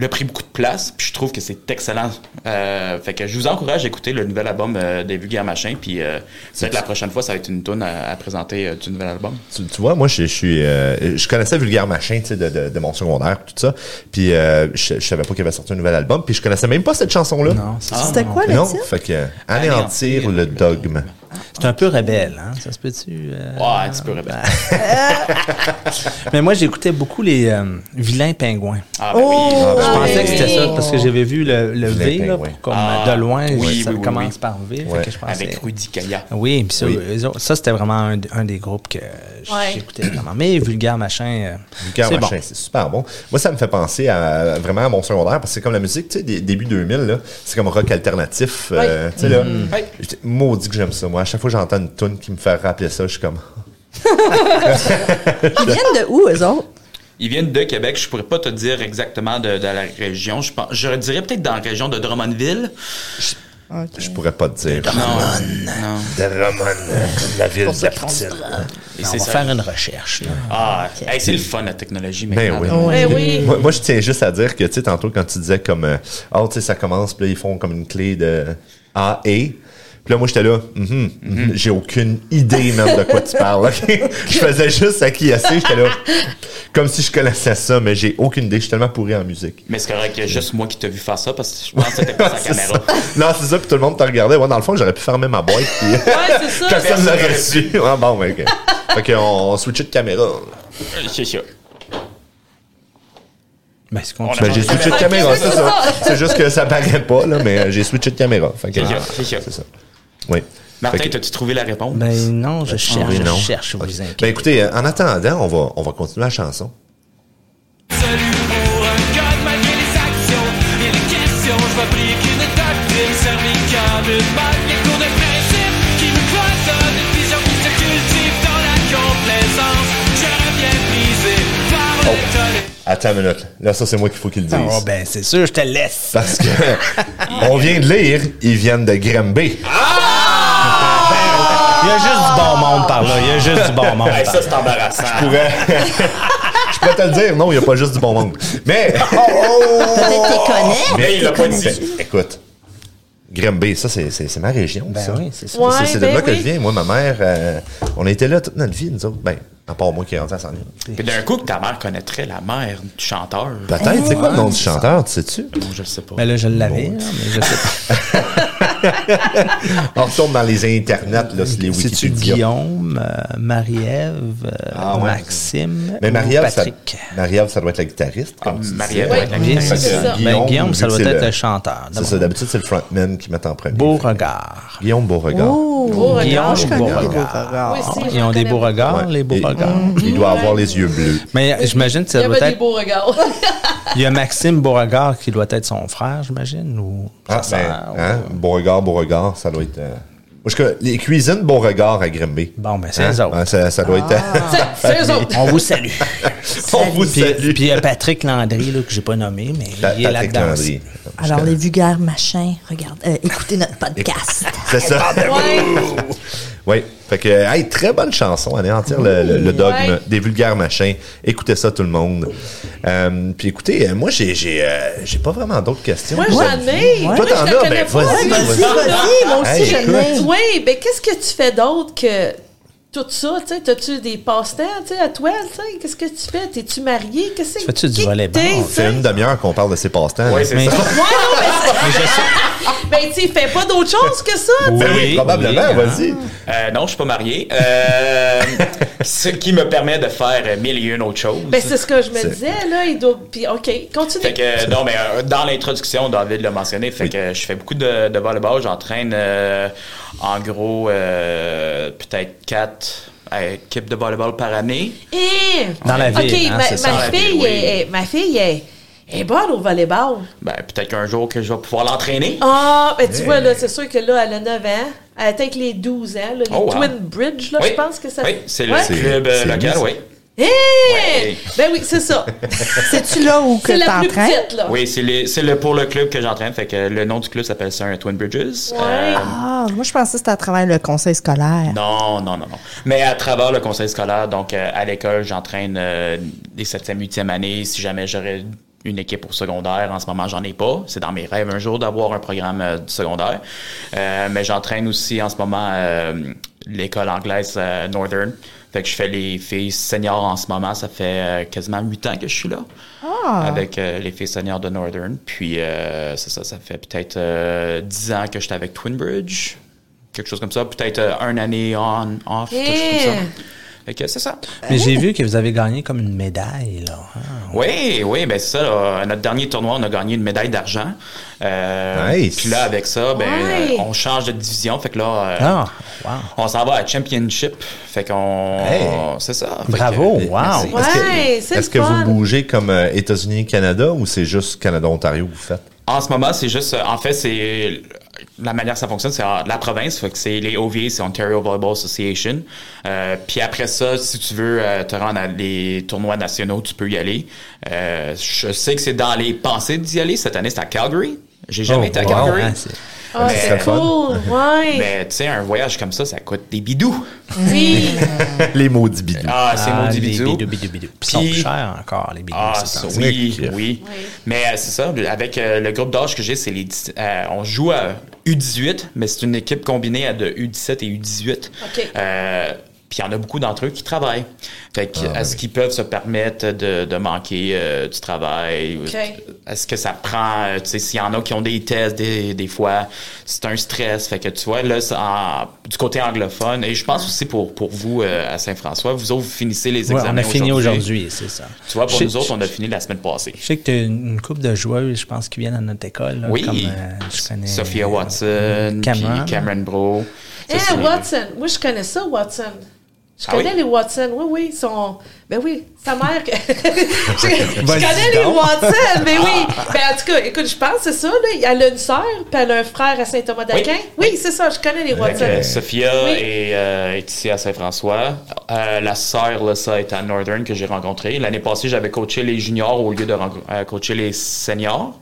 Speaker 4: l'a pris beaucoup de place, puis je trouve que c'est excellent. Euh, fait que je vous encourage à écouter le nouvel album euh, des Vulgaires Machins, puis euh, peut-être la prochaine fois, ça va être une tune à, à présenter euh, du nouvel album.
Speaker 1: Tu, tu vois, moi, je, je suis, euh, je connaissais Vulgaire Machin, tu sais, de, de, de mon secondaire, tout ça. Puis, euh, je, je savais pas qu'il avait sorti un nouvel album. Puis, je connaissais même pas cette chanson-là.
Speaker 2: Non,
Speaker 4: Ah,
Speaker 2: c'est
Speaker 5: C'était quoi le
Speaker 1: Non,
Speaker 5: titre?
Speaker 1: fait que anéantir le dogme.
Speaker 2: C'est un peu rebelle, hein? Ça se peut-tu? euh,
Speaker 4: Ouais, un petit peu rebelle.
Speaker 2: Mais moi, j'écoutais beaucoup les euh, vilains pingouins.
Speaker 4: Ah, ben oui.
Speaker 5: Oh!
Speaker 2: Je
Speaker 3: Ah,
Speaker 2: pensais
Speaker 3: oui.
Speaker 2: que c'était ça, parce que j'avais vu le, le
Speaker 1: Vilains
Speaker 2: V, là,
Speaker 1: pingouins.
Speaker 2: comme
Speaker 4: Ah,
Speaker 2: de loin,
Speaker 4: oui,
Speaker 2: ça
Speaker 4: oui, oui,
Speaker 2: commence
Speaker 4: oui.
Speaker 2: par V. fait
Speaker 1: Ouais.
Speaker 2: que je pensais-
Speaker 4: Avec Rudy Kaya.
Speaker 2: Oui, puis ça,
Speaker 1: Oui.
Speaker 2: eux autres- ça c'était vraiment un, un des groupes que j'écoutais vraiment. Mais vulgaire machin, euh,
Speaker 1: Vulgaire
Speaker 2: c'est
Speaker 1: Machin,
Speaker 2: bon.
Speaker 1: c'est super bon. Moi, ça me fait penser à, vraiment à mon secondaire, parce que c'est comme la musique, tu sais, des- début 2000, là, c'est comme rock alternatif. euh, tu sais, là,
Speaker 2: Mm.
Speaker 1: j'étais- maudit que j'aime ça, moi. À chaque fois que j'entends une tune qui me fait rappeler ça, je suis comme...
Speaker 5: Ils viennent de où, eux autres?
Speaker 4: Ils viennent de Québec. Je pourrais pas te dire exactement de, de la région. Je, pense, je dirais peut-être dans la région de Drummondville. Ah,
Speaker 1: Je pourrais pas te dire.
Speaker 4: Non, non.
Speaker 1: euh, la ville de la
Speaker 4: Et
Speaker 2: On
Speaker 4: c'est
Speaker 2: va
Speaker 4: ça.
Speaker 2: faire une recherche. là.
Speaker 4: Ah, hey, c'est le fun la technologie
Speaker 1: Ben
Speaker 4: maintenant.
Speaker 1: oui.
Speaker 3: Ben oui.
Speaker 1: Moi, moi, je tiens juste à dire que, tu sais, tantôt, quand tu disais comme, euh, ah, tu sais, ça commence, puis là, ils font comme une clé de A et. Puis là, moi, j'étais là, Mhm,
Speaker 4: Mm-hmm.
Speaker 1: mhm. j'ai aucune idée même de quoi tu parles, ok? Je faisais juste acquiescer, j'étais là, comme si je connaissais ça, mais j'ai aucune idée, je suis tellement pourri en musique.
Speaker 4: Mais c'est correct, il y a juste moi qui t'ai vu faire ça parce que je pense que c'était pas sa
Speaker 1: C'est
Speaker 4: caméra.
Speaker 1: ça. Non, c'est ça, puis tout le monde te regardait. Ouais, dans le fond, j'aurais pu fermer ma boîte, puis
Speaker 3: Ouais, c'est ça.
Speaker 1: personne
Speaker 4: personne
Speaker 1: l'aurait
Speaker 4: l'aurait
Speaker 1: su. Ah, bon, ouais, ok. Fait qu'on on switchait de caméra.
Speaker 4: C'est ça.
Speaker 2: Ben, c'est
Speaker 4: On a
Speaker 1: Ben, j'ai
Speaker 4: changé.
Speaker 1: switché de
Speaker 3: Ok,
Speaker 1: caméra,
Speaker 3: c'est
Speaker 1: c'est ça.
Speaker 3: ça.
Speaker 1: C'est juste que ça paraît pas, là, mais euh, j'ai switché de caméra. Fait que,
Speaker 4: C'est ça,
Speaker 1: ah,
Speaker 4: c'est ça.
Speaker 1: c'est ça. Oui.
Speaker 4: Martin,
Speaker 1: Fait que-
Speaker 4: t'as-tu trouvé la réponse?
Speaker 2: Ben non, je cherche,
Speaker 1: oui, non.
Speaker 2: je cherche, vous inquiétez.
Speaker 1: Ben écoutez, euh, en attendant, on va, on va continuer la chanson.
Speaker 6: Salut pour un code malgré les actions et les questions. Je fabrique une doctrine servie comme une balle. Les cours de principe qui me cloisonne. Une vision qui se cultive dans la complaisance. Je reviens brisé par le tollé.
Speaker 1: Attends une minute. Là, ça, c'est moi qu'il faut qu'il le
Speaker 4: Ah,
Speaker 1: dise.
Speaker 2: Oh, ben c'est sûr, je te laisse.
Speaker 1: Parce que on vient de lire, ils viennent de Grimby. Ben,
Speaker 2: Il y a juste du bon monde par là. Il y a juste du bon monde.
Speaker 4: Hey,
Speaker 2: par là.
Speaker 4: ça, c'est embarrassant.
Speaker 1: Je pourrais... Je pourrais te le dire, non, il n'y a pas juste du bon monde. Mais... Oh!
Speaker 5: Peut-être qu'ils connaissent.
Speaker 1: Mais
Speaker 4: Ah, ben, il l'a pas dit.
Speaker 1: Écoute, Grimby, ça, c'est- c'est c'est ma région.
Speaker 2: Ben
Speaker 1: ça.
Speaker 2: oui, c'est ça.
Speaker 3: Ouais,
Speaker 1: C'est- c'est de
Speaker 3: ben
Speaker 1: là que
Speaker 3: oui.
Speaker 1: je viens. Moi, ma mère, euh, on était là toute notre vie, nous autres. Ben, à part moi qui est rentré à 100 000.
Speaker 4: Puis d'un coup, que ta mère connaîtrait la mère du chanteur.
Speaker 1: Peut-être, c'est quoi le nom du chanteur, tu sais-tu?
Speaker 4: Non, je le sais pas.
Speaker 2: Ben là, je l'avais, là, mais je sais pas.
Speaker 1: On retourne dans les internets, là, sur les
Speaker 2: C'est-tu
Speaker 1: Wikipédia.
Speaker 2: Guillaume, euh, Marie-Ève, euh,
Speaker 1: Ah ouais.
Speaker 2: Maxime,
Speaker 1: Mais
Speaker 2: ou
Speaker 1: Marie-Ève, ça,
Speaker 2: Patrick? Ah,
Speaker 1: Marie-Ève, ça doit être la guitariste. comme tu
Speaker 4: Marie-Ève,
Speaker 1: disais.
Speaker 4: ouais, la
Speaker 1: Ben,
Speaker 2: Guillaume,
Speaker 4: guitariste.
Speaker 1: fait que
Speaker 3: c'est ça.
Speaker 2: Ben, Guillaume, ça
Speaker 1: vu
Speaker 2: doit
Speaker 1: que c'est
Speaker 2: être le chanteur.
Speaker 1: C'est ça, d'habitude, c'est le frontman qui met en premier.
Speaker 2: Beauregard.
Speaker 1: Guillaume Beauregard.
Speaker 3: Beau regard.
Speaker 2: Guillaume
Speaker 5: je connais les
Speaker 2: Beauregard.
Speaker 3: Beauregard. Oui, si,
Speaker 2: Ils ont
Speaker 3: j'en
Speaker 2: des
Speaker 3: connais.
Speaker 2: beaux regards,
Speaker 1: Ouais.
Speaker 2: les beaux
Speaker 1: Et- Mm.
Speaker 2: regards.
Speaker 1: Il doit avoir les yeux bleus.
Speaker 2: Mais euh, j'imagine que
Speaker 3: Il y
Speaker 2: ça doit
Speaker 3: avait des
Speaker 2: être.
Speaker 3: beaux regards.
Speaker 2: Il y a Maxime Beauregard qui doit être son frère, j'imagine, ou
Speaker 1: Ah,
Speaker 2: sa
Speaker 1: ben,
Speaker 2: sœur. ou-
Speaker 1: hein, Beauregard, Beauregard, ça doit être... euh, Moi, je connais- les cuisines Beauregard à Grimby.
Speaker 2: Bon, ben, c'est eux autres. Ah,
Speaker 1: Ben, ça, ça doit être...
Speaker 3: C'est- C'est eux autres.
Speaker 2: On vous salue.
Speaker 1: On vous
Speaker 2: Puis,
Speaker 1: salue.
Speaker 2: puis, euh, Patrick Landry, là, que j'ai pas nommé, mais
Speaker 1: Ta-
Speaker 2: il est
Speaker 1: Patrick
Speaker 2: là-dedans.
Speaker 1: Landry.
Speaker 2: aussi.
Speaker 5: Alors, les vulgaires machins, regarde, euh, écoutez notre podcast.
Speaker 1: C'est ça.
Speaker 3: Ouais.
Speaker 1: Oui. Fait que, hey, très bonne chanson, Anéantir le, le- le dogme
Speaker 3: Ouais.
Speaker 1: des vulgaires machins. Écoutez ça, tout le monde. Euh, puis écoutez, euh, moi, j'ai, j'ai, euh, j'ai pas vraiment d'autres questions.
Speaker 3: Moi,
Speaker 1: Toi,
Speaker 3: j'en ai. Moi,
Speaker 1: Toi,
Speaker 3: je
Speaker 1: t'en
Speaker 3: la
Speaker 1: as,
Speaker 3: connais
Speaker 1: ben,
Speaker 3: pas.
Speaker 1: vas-y.
Speaker 3: Ouais,
Speaker 1: vas-y.
Speaker 5: vas-y, moi aussi,
Speaker 1: Hey,
Speaker 5: je
Speaker 1: écoute.
Speaker 5: l'ai.
Speaker 3: Oui, ben qu'est-ce que tu fais d'autre que tout ça, tu sais, t'as-tu des passe-temps, tu sais, à toi, tu sais, qu'est-ce que tu fais? T'es-tu marié? Qu'est-ce que
Speaker 2: Fais-tu du
Speaker 3: qui que
Speaker 2: volleyball?
Speaker 3: t'es, tu
Speaker 1: C'est
Speaker 3: sais?
Speaker 1: une demi-heure qu'on parle de ses passe-temps.
Speaker 4: Ouais,
Speaker 1: là.
Speaker 4: c'est
Speaker 2: Mais-
Speaker 4: ça.
Speaker 3: Ouais, non, mais,
Speaker 2: Mais je sais-
Speaker 3: mais Ben, tu sais, fais pas d'autre chose que ça. tu sais.
Speaker 1: Ben oui, probablement,
Speaker 2: oui, hein.
Speaker 1: vas-y.
Speaker 4: Euh, non, je suis pas marié. Euh, ce qui me permet de faire euh, mille et une autres choses.
Speaker 3: Ben, c'est ce que je me
Speaker 1: C'est-
Speaker 3: disais, là. Il doit. Puis, OK, continue.
Speaker 4: Fait que, euh, non, mais euh, dans l'introduction, David l'a mentionné, fait que euh, je fais beaucoup de, de volleyball. J'entraîne euh, en gros euh, peut-être quatre euh, équipes de volleyball par année.
Speaker 3: Eh!
Speaker 2: Dans la
Speaker 3: OK,
Speaker 2: ville, hein,
Speaker 3: ma,
Speaker 2: c'est ça.
Speaker 3: ma
Speaker 4: Dans la
Speaker 3: fille,
Speaker 4: ville, oui.
Speaker 3: est, est- ma fille est, est bonne au volleyball.
Speaker 4: Ben, peut-être qu'un jour que je vais pouvoir l'entraîner.
Speaker 3: Ah, ben, tu vois, là, c'est sûr que là, elle a 9 ans. Elle a peut-être les 12 ans, là, les
Speaker 4: Oh, wow.
Speaker 3: Twin Bridge, là,
Speaker 4: Oui.
Speaker 3: je pense que ça
Speaker 4: Oui, c'est le
Speaker 3: Ouais.
Speaker 4: club euh,
Speaker 1: C'est-
Speaker 4: local,
Speaker 1: c'est-
Speaker 4: oui.
Speaker 3: Eh!
Speaker 4: Ouais.
Speaker 3: Ben oui, c'est ça.
Speaker 5: C'est-tu là où que
Speaker 3: c'est la plus
Speaker 5: t'entraînes?
Speaker 3: petite, là.
Speaker 4: Oui, c'est le, c'est le- pour le club que j'entraîne. Fait que le nom du club s'appelle ça un Twin Bridges.
Speaker 3: Ouais.
Speaker 5: Ah, moi, je pensais que c'était à travers le conseil scolaire.
Speaker 4: Non, non, non, non. Mais à travers le conseil scolaire, donc euh, à l'école, j'entraîne euh, les 7e, 8e années. Si jamais j'aurais une équipe au secondaire, en ce moment, j'en ai pas. C'est dans mes rêves un jour d'avoir un programme euh, du secondaire. Euh, mais j'entraîne aussi en ce moment euh, l'école anglaise euh, Northern. Fait que je fais les filles seniors en ce moment. Ça fait euh, quasiment 8 ans que je suis là avec euh, les filles seniors de Northern. Puis euh, c'est ça, ça fait peut-être euh, 10 ans que j'étais avec Twinbridge. Quelque chose comme ça. Peut-être euh, un année on, off, quelque chose
Speaker 3: Yeah.
Speaker 4: comme ça. Fait que c'est ça.
Speaker 2: Mais j'ai vu que vous avez gagné comme une médaille, là. Ah.
Speaker 4: Oui, oui, ben c'est ça. là. À notre dernier tournoi, on a gagné une médaille d'argent. Euh,
Speaker 1: Nice.
Speaker 4: Puis là, avec ça, ben,
Speaker 3: Ouais.
Speaker 4: euh, on change de division. Fait que là, euh,
Speaker 2: Ah, wow.
Speaker 4: on s'en va à Championship. Fait qu'on.
Speaker 1: Hey.
Speaker 4: C'est ça. Fait que-
Speaker 2: Bravo, wow.
Speaker 1: Merci. Est-ce que-
Speaker 3: Ouais, c'est
Speaker 1: Est-ce que
Speaker 3: le fun.
Speaker 1: vous bougez comme euh, États-Unis-Canada ou c'est juste Canada-Ontario que vous faites?
Speaker 4: En ce moment, c'est juste, euh, en fait, c'est la manière que ça fonctionne, c'est euh, la province, fait que c'est les OVA, c'est Ontario Volleyball Association. Euh, puis après ça, si tu veux euh, te rendre à les tournois nationaux, tu peux y aller. Euh, je sais que c'est dans les pensées d'y aller. Cette année, c'est à Calgary. J'ai jamais
Speaker 2: Oh,
Speaker 4: été à
Speaker 2: wow,
Speaker 4: Calgary.
Speaker 2: hein, c'est-
Speaker 3: Ah,
Speaker 1: Mais-
Speaker 3: c'est cool. Ouais.
Speaker 4: mais tu sais, un voyage comme ça, ça coûte des bidous.
Speaker 3: Oui.
Speaker 1: Les maudits bidous.
Speaker 4: Ah, c'est
Speaker 2: Ah,
Speaker 4: maudit
Speaker 2: des
Speaker 4: bidou.
Speaker 2: bidou, bidou, bidou. Puis ils
Speaker 4: Puis-
Speaker 2: sont chers encore, les bidous.
Speaker 4: Ah,
Speaker 2: c'est
Speaker 4: ça,
Speaker 2: ça.
Speaker 4: oui,
Speaker 1: Oui.
Speaker 4: oui, Mais euh, c'est ça, avec euh, le groupe d'âge que j'ai, c'est les dix- euh, on joue à U18, mais c'est une équipe combinée à de U17 et U18.
Speaker 3: OK.
Speaker 4: Euh, puis il y en a beaucoup d'entre eux qui travaillent. Fait que,
Speaker 2: Ah,
Speaker 4: est-ce qu'ils peuvent se permettre de, de manquer euh, du travail?
Speaker 3: OK.
Speaker 4: Est-ce que ça prend, euh, tu sais, s'il y en a qui ont des tests des, des fois, c'est un stress. Fait que tu vois, là, ça- en- du côté anglophone, et je pense aussi pour, pour vous euh, à Saint-François, vous autres, vous finissez les
Speaker 2: Ouais,
Speaker 4: examens
Speaker 2: on a fini aujourd'hui, c'est ça.
Speaker 4: tu vois, pour
Speaker 2: Je-
Speaker 4: nous autres, on a fini la semaine passée.
Speaker 2: Je sais que tu as une une couple de joueuses, je pense, qui viennent à notre école. là,
Speaker 4: Oui.
Speaker 2: Comme, euh, je connais.
Speaker 4: Sophia Watson,
Speaker 2: Cameron.
Speaker 4: Cameron, Cameron Bro. Euh,
Speaker 3: Eh, Watson. Moi, je connais ça, Watson. Je
Speaker 4: Ah
Speaker 3: connais
Speaker 4: oui?
Speaker 3: les Watson. Oui, oui, ils sont. Ben oui, sa mère. que- je, je
Speaker 2: Vas-y
Speaker 3: connais les
Speaker 2: donc.
Speaker 3: Watson, mais oui. Ben, en tout cas, écoute, je pense que c'est ça. Là. Elle a une sœur, puis elle a un frère à Saint-Thomas-d'Aquin. Oui, c'est ça, je connais les Watson.
Speaker 2: Euh,
Speaker 4: Sophia
Speaker 3: Oui.
Speaker 4: est, euh, est ici à Saint-François. Euh, la sœur, là, ça, est à Northern que j'ai rencontrée. L'année passée, j'avais coaché les juniors au lieu de ren- euh, coacher les seniors.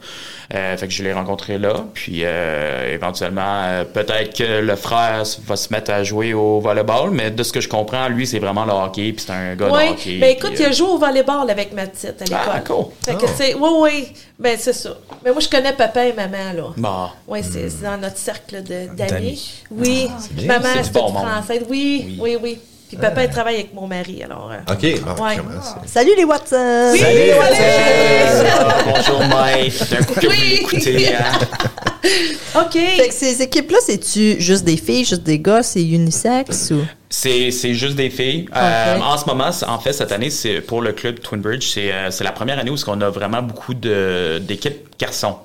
Speaker 4: Euh, fait que je l'ai rencontré là. Puis euh, éventuellement, euh, peut-être que le frère s- va se mettre à jouer au volleyball, mais de ce que je comprends, lui, c'est vraiment le hockey. Puis c'est un gars de hockey.
Speaker 3: Oui, ben écoute,
Speaker 4: puis,
Speaker 3: il
Speaker 4: euh,
Speaker 3: a joué au volleyball avec ma petite à l'école.
Speaker 4: Ah, cool.
Speaker 3: Fait que, tu sais, oui, oui, ben c'est ça. Mais moi, je connais papa et maman, là.
Speaker 4: Bah.
Speaker 3: Oui, c'est c'est dans notre cercle de-
Speaker 2: D'amis.
Speaker 3: d'amis. Oui,
Speaker 1: bien,
Speaker 3: maman,
Speaker 4: c'est du
Speaker 3: c'est
Speaker 4: bon
Speaker 3: une
Speaker 4: monde.
Speaker 3: française. Oui, oui, oui. Puis papa, il travaille avec mon mari, alors. euh,
Speaker 1: OK, bon,
Speaker 3: ouais.
Speaker 1: comment ça?
Speaker 5: Salut les Watson!
Speaker 3: Oui, salut!
Speaker 4: Ah, bonjour Mike, d'un coup que vous
Speaker 3: Oui.
Speaker 4: l'écoutez. hein.
Speaker 5: Fait
Speaker 3: OK.
Speaker 5: que ces équipes-là, c'est-tu juste des filles, juste des gars, c'est unisex ou?
Speaker 4: C'est c'est juste des filles. Euh,
Speaker 5: Ok.
Speaker 4: en ce moment, c'est- en fait, cette année, c'est pour le club Twinbridge, c'est euh, c'est la première année où on a vraiment beaucoup de- d'équipes garçons.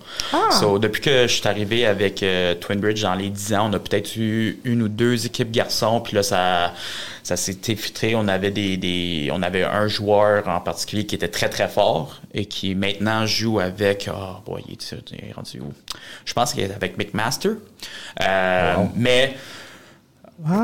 Speaker 4: So, depuis que je suis arrivé avec euh, Twinbridge dans les 10 ans, on a peut-être eu une ou deux équipes garçons. Puis là, ça, ça s'est effiltré. On avait des, des- on avait un joueur en particulier qui était très très fort et qui maintenant joue avec. Oh boy, il est, il est rendu où Je pense qu'il est avec McMaster. Euh, Mais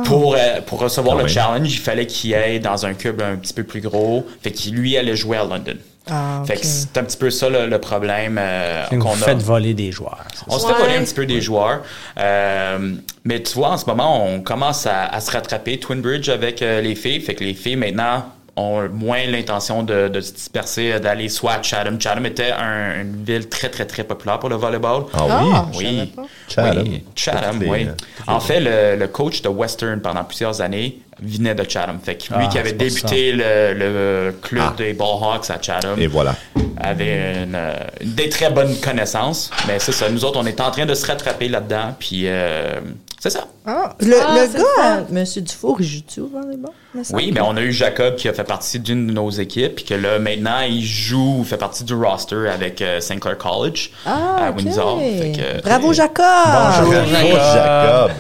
Speaker 4: pour, euh, pour recevoir
Speaker 1: Ah
Speaker 4: le
Speaker 1: oui.
Speaker 4: challenge, il fallait qu'il aille dans un cube un petit peu plus gros. Fait qu'il lui allait jouer à London.
Speaker 5: Ah,
Speaker 4: Fait
Speaker 5: ok.
Speaker 4: que c'est un petit peu ça le, le problème euh,
Speaker 2: Fait que
Speaker 4: qu'on
Speaker 2: Vous
Speaker 4: a.
Speaker 2: faites voler des joueurs. c'est ça.
Speaker 4: On se fait voler
Speaker 3: Ouais.
Speaker 4: un petit peu des joueurs. Euh, mais tu vois, en ce moment, on commence à, à se rattraper. Twinbridge avec euh, les filles. Fait que les filles, maintenant, ont moins l'intention de, de se disperser, d'aller soit à Chatham. Chatham était un- une ville très, très, très populaire pour le volleyball.
Speaker 1: Ah oui?
Speaker 5: Ah, je savais
Speaker 4: Oui.
Speaker 5: pas.
Speaker 1: Chatham. euh,
Speaker 4: Oui, Chatham,
Speaker 1: Toutes les-
Speaker 4: oui.
Speaker 1: toutes
Speaker 4: En fait, le, le coach de Western pendant plusieurs années venait de Chatham. Fait que lui
Speaker 2: Ah,
Speaker 4: qui avait
Speaker 2: c'est pour
Speaker 4: débuté le, le club
Speaker 1: Ah.
Speaker 4: des Ballhawks à Chatham
Speaker 1: Et voilà.
Speaker 4: avait une, euh, des très bonnes connaissances. Mais c'est ça, nous autres, on est en train de se rattraper là-dedans. Puis euh, c'est ça.
Speaker 5: Ah, le
Speaker 3: Ah,
Speaker 5: le
Speaker 3: c'est
Speaker 5: gars,
Speaker 3: ça.
Speaker 5: M. Monsieur Dufour, il joue-tu au volleyball? me semble?
Speaker 4: Oui, mais on a eu Jacob qui a fait partie d'une de nos équipes, puis que là, maintenant, il joue, fait partie du roster avec euh, St. Clair College
Speaker 5: Ah,
Speaker 4: à
Speaker 5: ok.
Speaker 4: Windsor. Fait que- euh,
Speaker 5: Bravo,
Speaker 4: et-
Speaker 5: Jacob!
Speaker 3: Ah,
Speaker 1: Bonjour, Jacob.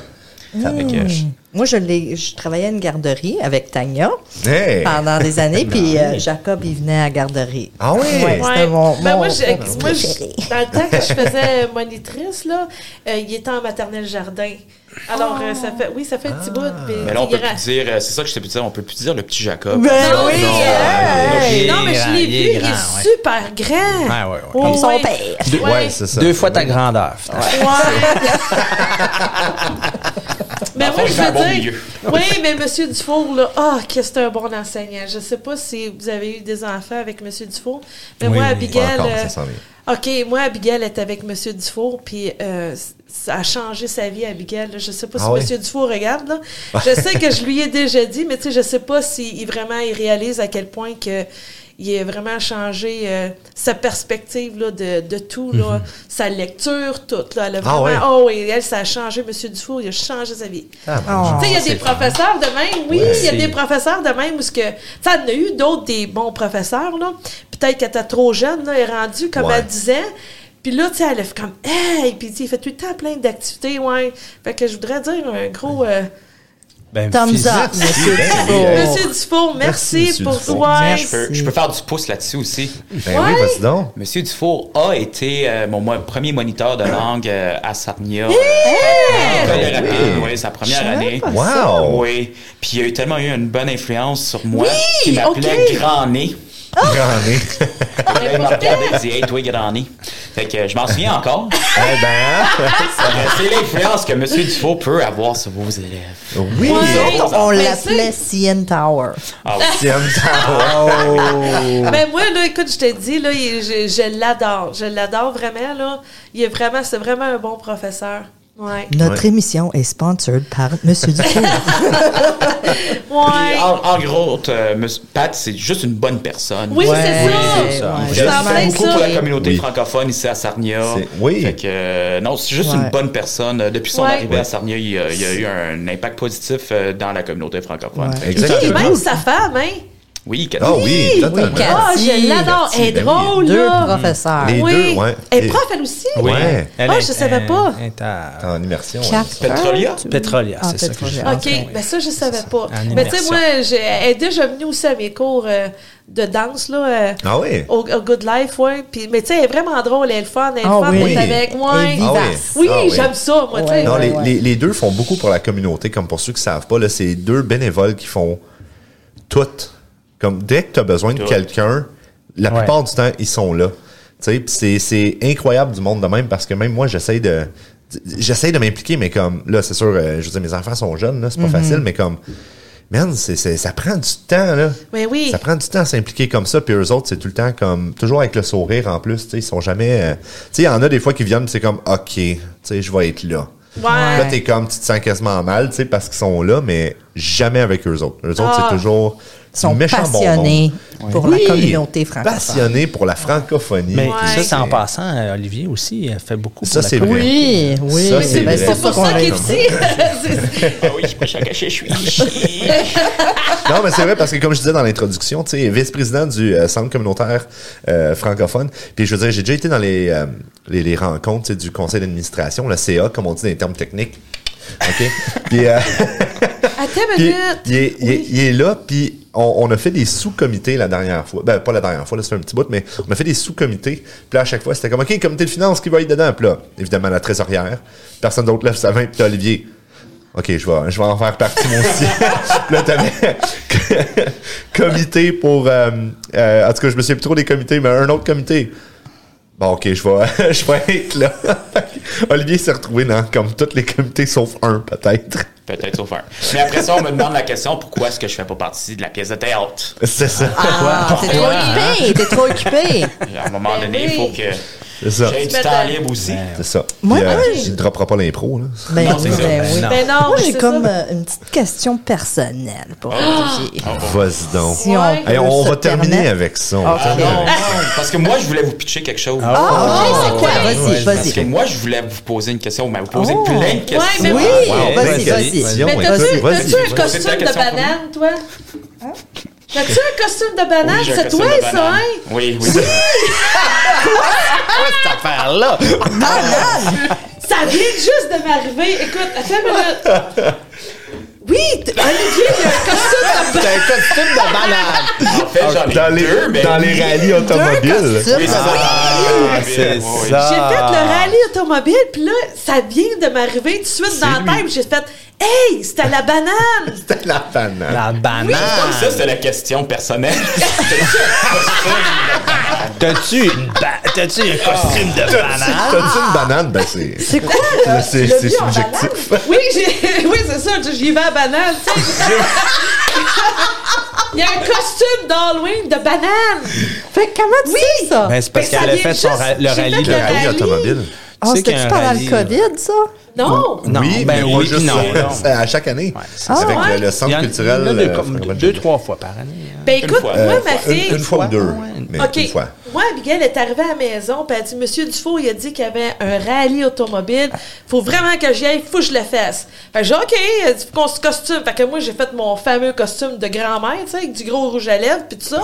Speaker 4: Fait que,
Speaker 3: Mm.
Speaker 4: je-
Speaker 5: Moi, je, l'ai- je travaillais à une garderie avec Tania
Speaker 1: Hey!
Speaker 5: pendant des années, puis euh, Jacob, il venait à la garderie.
Speaker 1: Ah oui?
Speaker 5: Ouais,
Speaker 3: Ouais.
Speaker 5: c'était mon,
Speaker 3: Ben,
Speaker 5: mon-
Speaker 3: moi, j'ai-
Speaker 5: mon
Speaker 3: moi, j'ai-
Speaker 5: préféré.
Speaker 3: dans le temps que je faisais monitrice, là, euh, il était en maternelle jardin. Alors, euh, ça fait, oui, ça fait un petit bout. puis
Speaker 4: Mais là, on
Speaker 3: il
Speaker 4: peut
Speaker 3: ra-
Speaker 4: plus dire, euh, c'est ça que je t'ai pu dire, on peut plus dire le petit Jacob.
Speaker 5: Ben
Speaker 3: Non,
Speaker 5: oui!
Speaker 3: non,
Speaker 5: hey!
Speaker 2: Il est
Speaker 3: Ah non, mais je
Speaker 2: grand,
Speaker 3: l'ai
Speaker 2: il est
Speaker 3: vu, il
Speaker 4: Ah,
Speaker 2: grand,
Speaker 3: est
Speaker 2: ouais.
Speaker 3: super grand.
Speaker 2: Ouais, ouais, ouais.
Speaker 3: Oh,
Speaker 5: Comme son
Speaker 3: ouais.
Speaker 5: père.
Speaker 1: Deux-
Speaker 3: Ouais.
Speaker 1: ouais, c'est ça.
Speaker 2: Deux fois ta grandeur. finalement.
Speaker 3: Ouais. mais
Speaker 4: Dans
Speaker 3: moi,
Speaker 4: le fond,
Speaker 3: je
Speaker 4: il fait un bon
Speaker 3: veux dire.
Speaker 4: milieu.
Speaker 3: Oui, mais M. Dufour, là, ah, que c'est un bon enseignant. Je sais pas si vous avez eu des enfants avec M. Dufour, mais
Speaker 2: Oui, oui.
Speaker 3: moi,
Speaker 1: Pas
Speaker 3: Abigail.
Speaker 1: encore,
Speaker 3: euh,
Speaker 1: ça s'en vient.
Speaker 3: OK, moi, Abigail est avec M. Dufour, puis euh, ça a changé sa vie, Abigail. là. Je sais pas si
Speaker 1: Ah ouais?
Speaker 3: M. Dufour regarde. Là. Je sais que je lui ai déjà dit, mais tu sais, je sais pas si il- vraiment il réalise à quel point que il a vraiment changé euh, sa perspective là, de, de tout, là, sa lecture, toute. Là, elle a
Speaker 1: Mhm. Ah
Speaker 3: vraiment,
Speaker 1: ouais?
Speaker 3: oh oui, elle, ça a changé, M. Dufour, il a changé sa vie.
Speaker 1: Ah,
Speaker 5: Oh.
Speaker 1: bonjour.
Speaker 3: Tu sais, il y a des professeurs de même, oui, il y a
Speaker 4: c'est-
Speaker 3: des professeurs de même où ce que. Tu sais, il y en a eu d'autres des bons professeurs, là. Peut-être qu'elle était trop jeune, là, elle est rendue comme
Speaker 1: Ouais.
Speaker 3: à 10 ans. Puis là, tu sais, elle est comme, hey, puis tu sais, il fait tout le temps plein d'activités, ouais. Fait que je voudrais dire un gros. euh,
Speaker 2: Ben,
Speaker 5: Thumbs
Speaker 2: physique.
Speaker 5: up, Monsieur
Speaker 1: ben oui,
Speaker 5: Dufour.
Speaker 1: hey.
Speaker 3: Monsieur Dufour, merci,
Speaker 1: Merci, Monsieur
Speaker 3: pour
Speaker 1: Dufour.
Speaker 3: toi.
Speaker 4: Tiens, je peux, je peux faire du pouce là-dessus aussi.
Speaker 1: Ben oui, vas-y donc.
Speaker 4: Monsieur Dufour a été euh, mon mo- premier moniteur de langue euh, à Sarnia.
Speaker 1: Ah,
Speaker 4: Très
Speaker 1: oui.
Speaker 4: rapide, oui, sa première année.
Speaker 5: pas
Speaker 1: Wow!
Speaker 4: Oui. Puis il a eu tellement eu une bonne influence sur moi
Speaker 3: Oui,
Speaker 4: qu'il m'appelait
Speaker 3: ok.
Speaker 4: Grand Nez.
Speaker 1: Grand nez.
Speaker 4: Il m'a regardé il dit Hey toi Grand Nez. Fait que je m'en souviens encore.
Speaker 1: Eh ben,
Speaker 4: Mais C'est l'influence que Monsieur Dufour peut avoir sur vos élèves.
Speaker 1: oui!
Speaker 3: Ouais. Ben,
Speaker 5: Nous autres, On
Speaker 3: Mais
Speaker 5: l'appelait CN Tower.
Speaker 4: Ah oui.
Speaker 1: Tiens,
Speaker 3: Ah Mais ben, moi, là, écoute, je te dis, là, il- je, je l'adore. Je l'adore vraiment, là. Il est vraiment, c'est vraiment un bon professeur. Ouais.
Speaker 5: Notre
Speaker 1: Ouais.
Speaker 5: émission est sponsored par Monsieur Dufour.
Speaker 4: Puis,
Speaker 3: Ouais.
Speaker 4: en, en gros, euh, monsieur Pat, c'est juste une bonne personne.
Speaker 3: Oui,
Speaker 2: Ouais,
Speaker 3: c'est ça.
Speaker 2: c'est ça.
Speaker 5: Ouais.
Speaker 4: Je
Speaker 3: C'est en
Speaker 4: fais
Speaker 3: plein
Speaker 4: beaucoup
Speaker 3: ça.
Speaker 4: pour la communauté
Speaker 1: Oui.
Speaker 4: francophone ici à Sarnia.
Speaker 1: C'est- oui.
Speaker 4: Fait que, euh, non, c'est juste
Speaker 5: Ouais.
Speaker 4: une bonne personne. Depuis son
Speaker 3: Ouais.
Speaker 4: arrivée
Speaker 1: Ouais.
Speaker 4: à Sarnia, il, y a- il y a eu un impact positif euh, dans la communauté francophone.
Speaker 5: Ouais.
Speaker 4: Fait que-
Speaker 3: Puis
Speaker 1: Exactement.
Speaker 3: même sa femme, hein?
Speaker 4: Oui,
Speaker 1: Ah
Speaker 4: Cathy.
Speaker 1: oui,
Speaker 5: Oui,
Speaker 1: totalement.
Speaker 5: Cathy.
Speaker 3: Ah, je l'adore.
Speaker 1: Cathy,
Speaker 3: Elle est
Speaker 1: ben
Speaker 3: drôle,
Speaker 5: Deux
Speaker 3: Oh, là.
Speaker 5: professeurs.
Speaker 1: Les-
Speaker 3: Oui.
Speaker 1: deux, ouais.
Speaker 3: Elle
Speaker 1: Et-
Speaker 3: est prof, elle aussi?
Speaker 1: Oui. Ouais.
Speaker 2: Elle
Speaker 3: Ah,
Speaker 2: est-
Speaker 3: je savais
Speaker 2: elle-
Speaker 3: pas.
Speaker 2: elle est à-
Speaker 1: En immersion. ouais.
Speaker 5: Quatre
Speaker 4: Petrolia?
Speaker 5: heures, tu-
Speaker 2: Petrolia,
Speaker 5: Ah,
Speaker 2: c'est ça que
Speaker 5: Petrolia.
Speaker 2: je-
Speaker 5: Ah,
Speaker 3: OK, ben ça, je savais pas.
Speaker 2: En
Speaker 3: Mais tu sais,
Speaker 2: immersion.
Speaker 3: moi, j'ai- elle est déjà venue aussi à mes cours euh, de danse, là. euh,
Speaker 1: Ah oui?
Speaker 3: Au, au Good Life, oui. Puis, mais tu sais, elle est vraiment drôle, elle est le fun, elle est le
Speaker 5: Ah
Speaker 3: fun
Speaker 5: oui.
Speaker 3: d'être avec moi.
Speaker 5: Elle est
Speaker 1: Ah oui.
Speaker 5: vivace.
Speaker 3: Oui,
Speaker 1: Ah oui.
Speaker 3: j'aime ça, moi, tu sais.
Speaker 1: Non, les,
Speaker 5: Ouais, ouais.
Speaker 1: les- les deux font beaucoup pour la communauté, comme pour ceux qui ne savent pas. là, C'est deux bénévoles qui font tout. Comme dès que tu as besoin de
Speaker 4: Tout.
Speaker 1: quelqu'un, la
Speaker 2: Ouais.
Speaker 1: plupart du temps, ils sont là. Tu sais, pis C'est c'est incroyable du monde de même parce que même moi, j'essaye de. J'essaye de m'impliquer, mais comme là, c'est sûr, euh, je veux dire, mes enfants sont jeunes, là, c'est
Speaker 5: Mm-hmm.
Speaker 1: pas facile, mais comme man, c'est c'est- ça prend du temps, là.
Speaker 3: Mais oui.
Speaker 1: Ça prend du temps à s'impliquer comme ça, puis eux autres, c'est tout le temps comme, toujours avec le sourire en plus, tu sais, ils sont jamais, euh, tu sais, il y en a des fois qui viennent, puis c'est comme, OK, tu sais, je vais être là.
Speaker 3: Ouais.
Speaker 1: Là, t'es comme, tu te sens quasiment mal, tu sais, parce qu'ils sont là, mais jamais avec eux autres. Eux autres,
Speaker 3: Ah.
Speaker 1: c'est toujours
Speaker 5: Ils sont
Speaker 1: méchant bon
Speaker 5: passionnés
Speaker 1: monde.
Speaker 5: pour la communauté francophone.
Speaker 1: Passionnés pour la francophonie.
Speaker 2: Mais
Speaker 3: Ouais.
Speaker 2: ça, c'est en passant, euh, Olivier aussi, elle fait beaucoup
Speaker 1: Ça,
Speaker 2: pour la
Speaker 1: c'est
Speaker 2: communauté.
Speaker 1: vrai.
Speaker 5: Oui, oui.
Speaker 1: Ça,
Speaker 5: oui.
Speaker 1: c'est
Speaker 5: Ben,
Speaker 1: vrai.
Speaker 3: C'est pour ça qu'il
Speaker 5: qu'on
Speaker 3: est
Speaker 5: est-
Speaker 3: ici. C'est-
Speaker 4: Ah oui, je suis pas chacun, je suis ici.
Speaker 1: Non, mais c'est vrai parce que comme je disais dans l'introduction, tu sais, vice-président du euh, centre communautaire euh, francophone. Puis je veux dire, j'ai déjà été dans les euh, les, les rencontres tu sais, du conseil d'administration, le CA, comme on dit dans les termes techniques. Ok. Puis euh,
Speaker 3: Attends une
Speaker 1: puis,
Speaker 3: minute.
Speaker 1: il, est, il est-
Speaker 3: Oui.
Speaker 1: il est là, puis on, on a fait des sous-comités la dernière fois. Ben, pas la dernière fois, là, c'est un petit bout, mais on a fait des sous-comités. Puis là, à chaque fois, c'était comme, OK, comité de finances, qui va être dedans? Puis là, évidemment, la trésorière. Personne d'autre lève sa main, puis t'as Olivier. OK, je vais, je vais en faire partie, moi aussi. Puis là, t'avais comité pour... euh, euh, en tout cas, je me souviens plus trop des comités, mais un autre comité. Bon, OK, je vais, je vais être là. Olivier s'est retrouvé dans comme tous les comités, sauf un, peut-être.
Speaker 4: Peut-être sauf un. Mais après ça, on me demande la question pourquoi est-ce que je fais pas partie de la pièce de théâtre?
Speaker 1: C'est ça.
Speaker 5: Ah, t'es trop occupé, t'es trop occupé.
Speaker 4: À un
Speaker 3: Ben
Speaker 4: moment donné, il faut que
Speaker 1: C'est ça.
Speaker 4: j'ai du
Speaker 3: Mais
Speaker 4: temps
Speaker 3: t'as-
Speaker 4: libre aussi.
Speaker 1: C'est ça.
Speaker 5: Moi,
Speaker 1: Puis, euh,
Speaker 5: moi,
Speaker 1: il ne droppera pas l'impro. là.
Speaker 5: Ben,
Speaker 2: c'est
Speaker 5: oui,
Speaker 2: ça.
Speaker 5: ben
Speaker 2: Ben
Speaker 5: oui.
Speaker 2: non.
Speaker 3: Ben non,
Speaker 5: Moi,
Speaker 3: mais
Speaker 5: j'ai
Speaker 3: c'est
Speaker 5: comme
Speaker 3: ça. Oh!
Speaker 5: euh, une petite question personnelle pour Olivier.
Speaker 1: Ah, Vas-y donc.
Speaker 5: Si on
Speaker 3: Ouais.
Speaker 5: peut
Speaker 1: Hey, on
Speaker 5: se
Speaker 1: va terminer
Speaker 5: permettre-
Speaker 1: avec ça. on
Speaker 5: Ah,
Speaker 1: va terminer
Speaker 4: Non,
Speaker 1: avec-
Speaker 4: non, parce que moi, je voulais vous pitcher quelque chose.
Speaker 5: Ah, ok, c'est quoi? Vas-y,
Speaker 2: Ouais,
Speaker 4: Parce que
Speaker 5: vas-y.
Speaker 4: moi, je voulais vous poser une question. Mais vous posez
Speaker 5: Oh.
Speaker 4: plein de questions.
Speaker 3: mais
Speaker 5: Oui,
Speaker 1: Wow,
Speaker 5: vas-y,
Speaker 1: belle
Speaker 5: vas-y.
Speaker 1: question,
Speaker 3: Mais
Speaker 1: hein.
Speaker 3: t'as-tu
Speaker 1: Vas-y.
Speaker 3: t'as-tu un
Speaker 4: vas-y.
Speaker 3: costume
Speaker 4: C'est ta
Speaker 3: de
Speaker 4: question pour
Speaker 3: banane, toi? T'as-tu un costume de banane?
Speaker 4: Oui, j'ai un
Speaker 3: c'est
Speaker 4: costume
Speaker 3: toi,
Speaker 4: de
Speaker 3: ça,
Speaker 4: banane.
Speaker 3: hein?
Speaker 4: Oui, oui.
Speaker 2: affaire-là.
Speaker 3: Ça vient juste de m'arriver. Écoute, attends une minute.
Speaker 5: Oui,
Speaker 3: Olivier,
Speaker 5: t-
Speaker 3: il y a un costume de banane.
Speaker 2: C'est un costume de balade.
Speaker 4: En fait, j'en ai
Speaker 1: Ah, Dans les,
Speaker 4: Ah, deux, ben mais...
Speaker 1: dans les rallyes automobiles.
Speaker 5: costumes.
Speaker 4: Oui, c'est ça.
Speaker 2: Ah, c'est
Speaker 4: Oui, oui.
Speaker 2: ça.
Speaker 3: J'ai fait
Speaker 1: Ah.
Speaker 3: le rallye automobile, puis là, ça vient de m'arriver tout de suite dans la tête. puis J'ai fait Hey, c'était la banane!
Speaker 1: C'était la banane.
Speaker 2: La banane.
Speaker 4: Ça, c'était la question personnelle.
Speaker 2: T'as-tu une ba- T'as-tu un costume
Speaker 4: Ah.
Speaker 2: de banane?
Speaker 1: T'as-tu une banane? Ben, c'est.
Speaker 5: C'est quoi?
Speaker 1: là, C'est
Speaker 3: Le
Speaker 1: c'est
Speaker 3: vieux en
Speaker 1: subjectif.
Speaker 3: banane. Oui, j'ai- oui c'est ça, tu sais, j'y vais à banane, tu sais. Il y a un costume d'Halloween de banane.
Speaker 5: Fait que comment tu sais ça?
Speaker 2: Ben, c'est parce
Speaker 3: Mais ça
Speaker 2: qu'elle a
Speaker 3: vient
Speaker 2: fait son
Speaker 3: juste-
Speaker 2: ra- le
Speaker 3: j'ai fait
Speaker 2: rallye
Speaker 3: le
Speaker 2: de
Speaker 1: Le rallye
Speaker 3: rallye.
Speaker 1: automobile.
Speaker 5: Ah,
Speaker 2: sais qu'il y a
Speaker 5: c'était-tu
Speaker 2: un
Speaker 5: pendant
Speaker 2: rallye,
Speaker 5: le COVID, ça?
Speaker 3: Non!
Speaker 2: Non,
Speaker 1: oui,
Speaker 2: ben
Speaker 1: mais pas
Speaker 2: oui,
Speaker 1: juste
Speaker 2: puis non.
Speaker 1: ça.
Speaker 2: non.
Speaker 1: C'est à chaque année.
Speaker 2: c'est
Speaker 1: avec
Speaker 3: ça.
Speaker 1: le, le centre
Speaker 2: Il y en a
Speaker 1: culturel.
Speaker 2: deux,
Speaker 1: euh,
Speaker 2: comme
Speaker 1: Franco-
Speaker 2: deux, trois fois par année. hein.
Speaker 3: Ben écoute,
Speaker 4: fois.
Speaker 3: moi,
Speaker 1: Euh,
Speaker 3: ma
Speaker 1: une-
Speaker 3: fille.
Speaker 1: Une, fois ou deux.
Speaker 2: ouais.
Speaker 1: Mais
Speaker 3: OK.
Speaker 1: une fois.
Speaker 3: Moi, Abigail est arrivée à la maison, puis elle dit Monsieur Dufour, il a dit qu'il y avait un rallye automobile. Faut vraiment que j'y aille, faut que je le fasse. Fait que j'ai dit, OK, elle dit, faut qu'on se costume. Fait que moi, j'ai fait mon fameux costume de grand-mère, tu sais, avec du gros rouge à lèvres, puis tout ça.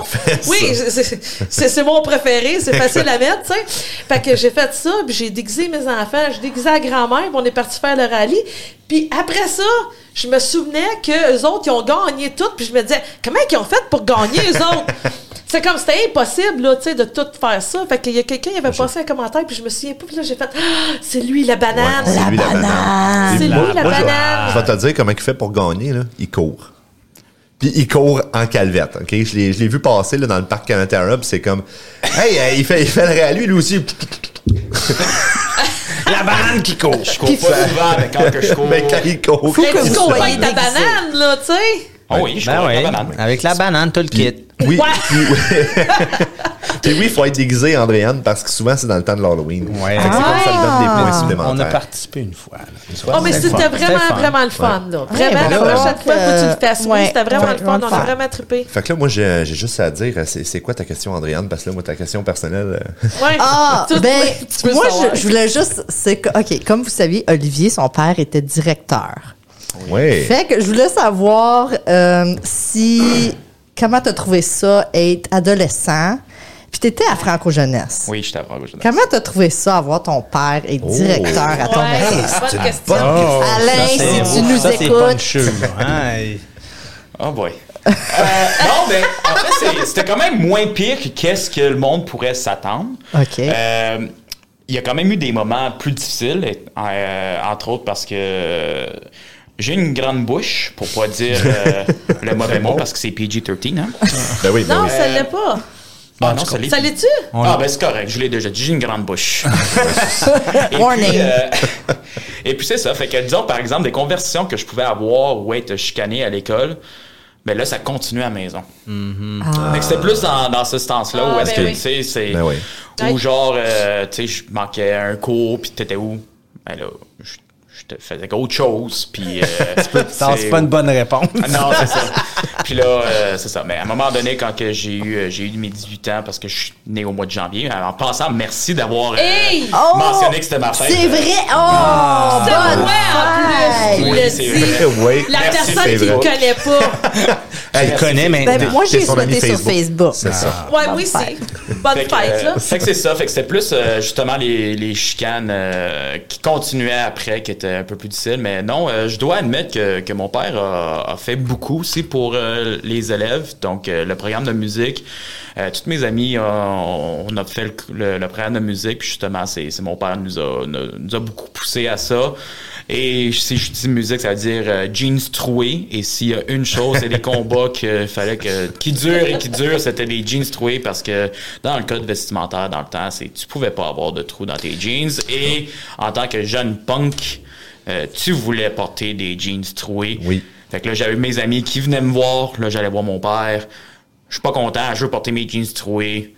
Speaker 3: Oui, c'est- c'est- c'est c'est mon préféré, c'est facile à mettre, tu sais. Fait que j'ai fait ça, puis j'ai déguisé mes enfants, j'ai déguisé la grand-mère, puis on est parti faire le rallye. Puis après ça, je me souvenais que les autres, ils ont gagné tout, puis je me disais, comment ils ont fait pour gagner, les autres? C'est comme c'était impossible là, tu sais, de tout faire ça. Fait qu'il y a quelqu'un qui avait passé un commentaire puis je me souviens pas puis là j'ai fait Ah, c'est lui la banane.
Speaker 1: C'est lui, la
Speaker 5: banane.
Speaker 1: banane.
Speaker 3: C'est
Speaker 1: Et
Speaker 3: lui,
Speaker 1: moi-
Speaker 3: la
Speaker 1: moi, je- Ah.
Speaker 3: banane.
Speaker 1: Je vais te dire comment il fait pour gagner. Là. Il court. Puis il court en calvette. ok? Je l'ai je l'ai vu passer là, dans le parc Canatara. Puis c'est comme. Hey, euh, il, fait, il fait le rallye lui aussi.
Speaker 2: La banane qui court.
Speaker 4: Je cours pas souvent, mais quand que je cours...
Speaker 1: Mais quand il court.
Speaker 5: Faut
Speaker 3: Mais
Speaker 5: que
Speaker 3: tu
Speaker 5: vous
Speaker 3: comprends
Speaker 5: soyez
Speaker 3: ta
Speaker 5: déguisés.
Speaker 3: banane là, tu sais.
Speaker 4: Ah oui, je
Speaker 2: Ben
Speaker 4: cours avec
Speaker 2: oui,
Speaker 4: la banane.
Speaker 2: avec la banane, tout le kit.
Speaker 1: Oui.
Speaker 3: Ouais.
Speaker 1: Puis, Puis oui, il faut être déguisé, Andréane, parce que souvent, c'est dans le temps de l'Halloween.
Speaker 2: Ouais.
Speaker 1: Fait que c'est comme ça, ça donne des
Speaker 3: Ah.
Speaker 1: points
Speaker 2: On a
Speaker 1: supplémentaires.
Speaker 2: participé une fois. là. Une fois,
Speaker 3: Oh mais
Speaker 2: c'était le fun.
Speaker 3: c'était vraiment
Speaker 2: le fun.
Speaker 3: vraiment le fun là. Vraiment
Speaker 5: Ouais,
Speaker 3: la
Speaker 1: ben là,
Speaker 3: prochaine
Speaker 5: donc,
Speaker 3: fois faut que tu le fasses.
Speaker 5: euh,
Speaker 3: Oui, c'était vraiment
Speaker 5: ouais,
Speaker 3: le fun,
Speaker 5: on
Speaker 3: on
Speaker 5: va le
Speaker 3: a
Speaker 5: faire.
Speaker 3: vraiment trippé.
Speaker 1: Fait que là, moi, j'ai j'ai juste à dire, c'est c'est quoi ta question, Andréane? Parce que là, moi, ta question personnelle. euh,
Speaker 3: Ouais.
Speaker 5: Ah,
Speaker 3: Tu- tu-
Speaker 5: ben,
Speaker 3: tu veux
Speaker 5: moi,
Speaker 3: savoir.
Speaker 5: je, je voulais juste. C'est que, OK, comme vous saviez, Olivier, son père était directeur.
Speaker 1: Ouais.
Speaker 5: Fait que je voulais savoir euh, si. Comment t'as trouvé ça, être adolescent? Puis t'étais à Franco-Jeunesse.
Speaker 4: Oui, j'étais à Prague. je-
Speaker 5: Comment t'as trouvé ça, avoir ton père et
Speaker 1: Oh.
Speaker 5: directeur à ton
Speaker 3: Ouais,
Speaker 5: adolescence?
Speaker 3: bonne question.
Speaker 1: Ah,
Speaker 2: Oh,
Speaker 5: Alain,
Speaker 2: ça,
Speaker 5: si
Speaker 2: c'est
Speaker 5: tu
Speaker 2: beau.
Speaker 5: nous
Speaker 2: Ça, c'est
Speaker 5: écoutes.
Speaker 2: puncheux, là, hein.
Speaker 4: Oh boy. Euh, non, mais en fait, c'est- c'était quand même moins pire que qu'est-ce que le monde pourrait s'attendre.
Speaker 5: OK.
Speaker 4: Euh, Il y a quand même eu des moments plus difficiles, et- euh, entre autres parce que euh, j'ai une grande bouche, pour pas dire euh, le mauvais mot, parce que c'est PG-13, hein?
Speaker 1: Ben oui, ben
Speaker 3: Non,
Speaker 1: oui.
Speaker 3: ça l'est pas.
Speaker 4: Ah non, ça l'est.
Speaker 3: Ça l'est-tu
Speaker 4: Ah ben c'est correct, je l'ai déjà dit, j'ai une grande bouche. et,
Speaker 5: Warning.
Speaker 4: Puis, euh, et puis c'est ça, fait que disons par exemple des conversations que je pouvais avoir ou être chicané à l'école, ben là ça continue à la maison. Fait que c'était plus dans, dans ce sens-là
Speaker 3: Ah,
Speaker 4: où est-ce
Speaker 3: ben
Speaker 4: que
Speaker 3: oui.
Speaker 4: tu sais c'est
Speaker 1: Ben oui.
Speaker 4: ou genre euh, tu sais je manquais un cours puis t'étais où Ben là je, je te faisais autre chose puis euh,
Speaker 2: Ça, c'est pas une bonne réponse.
Speaker 4: ah Non, c'est ça. Puis là, euh, c'est ça. Mais à un moment donné, quand que j'ai eu, euh, j'ai eu mes 18 ans, parce que je suis né au mois de janvier, euh, en passant, merci d'avoir euh,
Speaker 3: Hey!
Speaker 5: Oh!
Speaker 4: mentionné que c'était ma fête.
Speaker 5: C'est vrai! Oh! Ah, bonne
Speaker 3: Ouais, en
Speaker 5: fête!
Speaker 3: plus,
Speaker 4: Oui,
Speaker 3: il le
Speaker 4: c'est
Speaker 3: dit.
Speaker 4: vrai.
Speaker 1: Oui.
Speaker 3: La
Speaker 4: Merci,
Speaker 3: personne
Speaker 1: c'est
Speaker 3: qui ne
Speaker 1: vrai.
Speaker 3: connaît pas.
Speaker 2: Elle le connaît maintenant.
Speaker 5: Ben, moi,
Speaker 1: C'est
Speaker 5: j'ai
Speaker 1: son ami
Speaker 5: souhaité sur
Speaker 1: Facebook.
Speaker 5: Facebook.
Speaker 1: C'est ça.
Speaker 3: Ouais,
Speaker 5: Ah, Bonne
Speaker 3: oui, c'est
Speaker 5: fête.
Speaker 3: bonne
Speaker 4: Fait que, euh,
Speaker 3: fête là.
Speaker 4: fait que c'est ça. Fait que c'était plus euh, justement les, les chicanes euh, qui continuaient après, qui étaient un peu plus difficiles. Mais non, euh, je dois admettre que, que mon père a, a fait beaucoup aussi pour euh, les élèves. Donc, euh, le programme de musique, euh, toutes mes amies, euh, on on a fait le, le- le programme de musique. Puis justement, c'est c'est mon père nous a, nous a beaucoup poussé à ça. Et si je dis musique, ça veut dire euh, jeans troués. Et s'il y a une chose, c'est des combats que fallait que qui durent et qui durent, c'était des jeans troués parce que dans le code vestimentaire, dans le temps, c'est tu pouvais pas avoir de trous dans tes jeans. Et en tant que jeune punk, euh, tu voulais porter des jeans troués.
Speaker 1: Oui.
Speaker 4: Fait que là, j'avais mes amis qui venaient me voir. Là, j'allais voir mon père. Je suis pas content, je veux porter mes jeans troués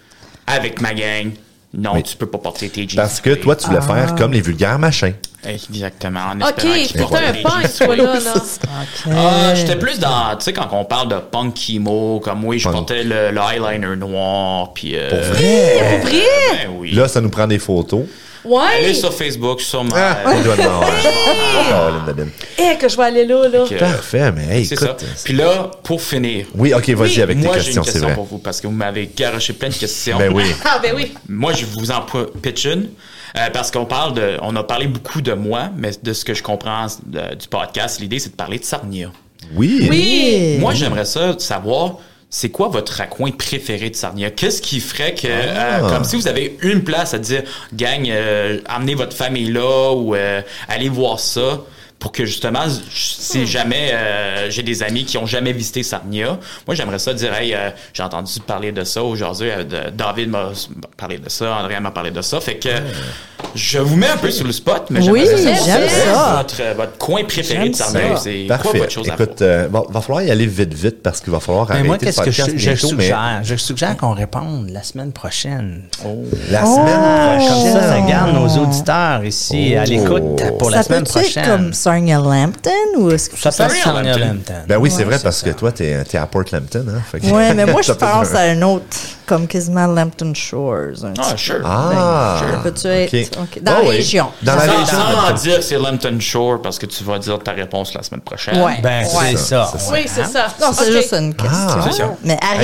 Speaker 4: avec ma gang. Non,
Speaker 1: Oui.
Speaker 4: tu peux pas porter tes jeans
Speaker 1: Parce que
Speaker 4: troués.
Speaker 1: toi, tu
Speaker 5: Ah.
Speaker 1: voulais faire comme les vulgaires machins.
Speaker 4: Exactement. En
Speaker 3: Ok,
Speaker 4: espérant qu'ils portent
Speaker 3: putain, un
Speaker 4: des
Speaker 3: punk,
Speaker 4: jeans
Speaker 3: toi,
Speaker 4: troués.
Speaker 3: là, là.
Speaker 4: Ah, j'étais plus dans, tu sais, quand on parle de punk emo, comme oui, je
Speaker 1: Punk.
Speaker 4: portais le, le eyeliner noir, puis. euh,
Speaker 1: Pour vrai.
Speaker 3: Pour vrai?
Speaker 4: ben oui.
Speaker 1: Là, ça nous prend des photos.
Speaker 3: Ouais!
Speaker 4: Allez sur Facebook, sur ma.
Speaker 1: Ah, on doit le voir. Ah, Colin de Bin.
Speaker 3: Eh, que je vais aller là, là.
Speaker 4: que-
Speaker 1: Parfait, mais hey,
Speaker 4: c'est ça.
Speaker 1: écoute.
Speaker 4: Puis là, pour finir,
Speaker 1: Oui, ok, vas-y avec tes
Speaker 4: moi j'ai une
Speaker 1: questions, c'est
Speaker 4: question
Speaker 1: vrai.
Speaker 4: pour vous parce que vous m'avez garoché plein de questions.
Speaker 1: Ben oui.
Speaker 3: Ah, ben oui.
Speaker 4: Moi, je vous en pu- pitch une. euh, parce qu'on parle de. On a parlé beaucoup de moi, mais de ce que je comprends euh, du podcast, l'idée, c'est de parler de Sarnia.
Speaker 1: Oui.
Speaker 3: Oui!
Speaker 4: Moi, j'aimerais ça savoir, c'est quoi votre raccoin préféré de Sarnia? Qu'est-ce qui ferait que, euh, comme si vous avez une place à dire, gang, euh, amenez votre famille là ou euh, allez voir ça pour que justement, j- si jamais euh, j'ai des amis qui ont jamais visité Sarnia, moi j'aimerais ça dire, hey, euh, j'ai entendu parler de ça aujourd'hui, euh, de- David m'a s- m'a parlé de ça, André m'a parlé de ça, fait que je vous mets un peu sur le spot, mais j'aimerais
Speaker 5: Oui,
Speaker 4: ça savoir
Speaker 5: j'aime
Speaker 4: c'est
Speaker 5: ça.
Speaker 4: Votre, euh, votre coin préféré
Speaker 2: J'aime
Speaker 4: de Sarnia,
Speaker 2: ça.
Speaker 4: c'est quoi
Speaker 1: Parfait.
Speaker 4: votre chose à
Speaker 1: Écoute, euh, va, va falloir y aller vite, vite, parce qu'il va falloir
Speaker 2: Mais
Speaker 1: arrêter
Speaker 2: ben, moi,
Speaker 1: le
Speaker 2: qu'est-ce que je,
Speaker 1: podcast
Speaker 2: je
Speaker 1: bientôt, mais
Speaker 2: suggère? Je suggère qu'on réponde la semaine prochaine. Ah,
Speaker 1: la semaine
Speaker 2: Oh, Comme
Speaker 1: prochaine.
Speaker 2: ça, ça garde nos auditeurs ici
Speaker 1: Oh.
Speaker 2: à l'écoute pour la
Speaker 5: ça
Speaker 2: semaine
Speaker 5: peut-tu être
Speaker 2: prochaine.
Speaker 5: comme Sarnia Lampton ou est-ce que
Speaker 2: Ça peut
Speaker 4: Sorry,
Speaker 2: être en
Speaker 4: Lampton.
Speaker 2: Lampton.
Speaker 1: Ben oui, c'est
Speaker 5: Ouais,
Speaker 1: vrai,
Speaker 5: c'est
Speaker 1: parce
Speaker 5: ça.
Speaker 1: que toi, t'es t'es à Portlampton, hein? fait que-
Speaker 5: Ouais, mais moi, je
Speaker 1: t'as peut-être
Speaker 5: pense
Speaker 1: un-
Speaker 5: à un autre, comme quasiment Lampton Shores. un
Speaker 4: Ah,
Speaker 5: petit
Speaker 4: sure.
Speaker 1: Ah!
Speaker 5: Ça peut-tu Ben, être- ok. Dans
Speaker 1: Ah
Speaker 5: la
Speaker 1: oui.
Speaker 5: région.
Speaker 1: Dans la
Speaker 4: Sans,
Speaker 1: région.
Speaker 4: sans dire que c'est Lampton Shore parce que tu vas dire ta réponse la semaine prochaine.
Speaker 5: Ouais.
Speaker 2: Ben, c'est
Speaker 5: Ouais.
Speaker 2: ça.
Speaker 1: C'est ça.
Speaker 3: Oui, c'est ça.
Speaker 5: peu. Hein? Non, c'est
Speaker 3: Ok.
Speaker 5: juste une question.
Speaker 1: Ah.
Speaker 4: C'est ça.
Speaker 5: Mais à
Speaker 1: Hey, j'aime ça.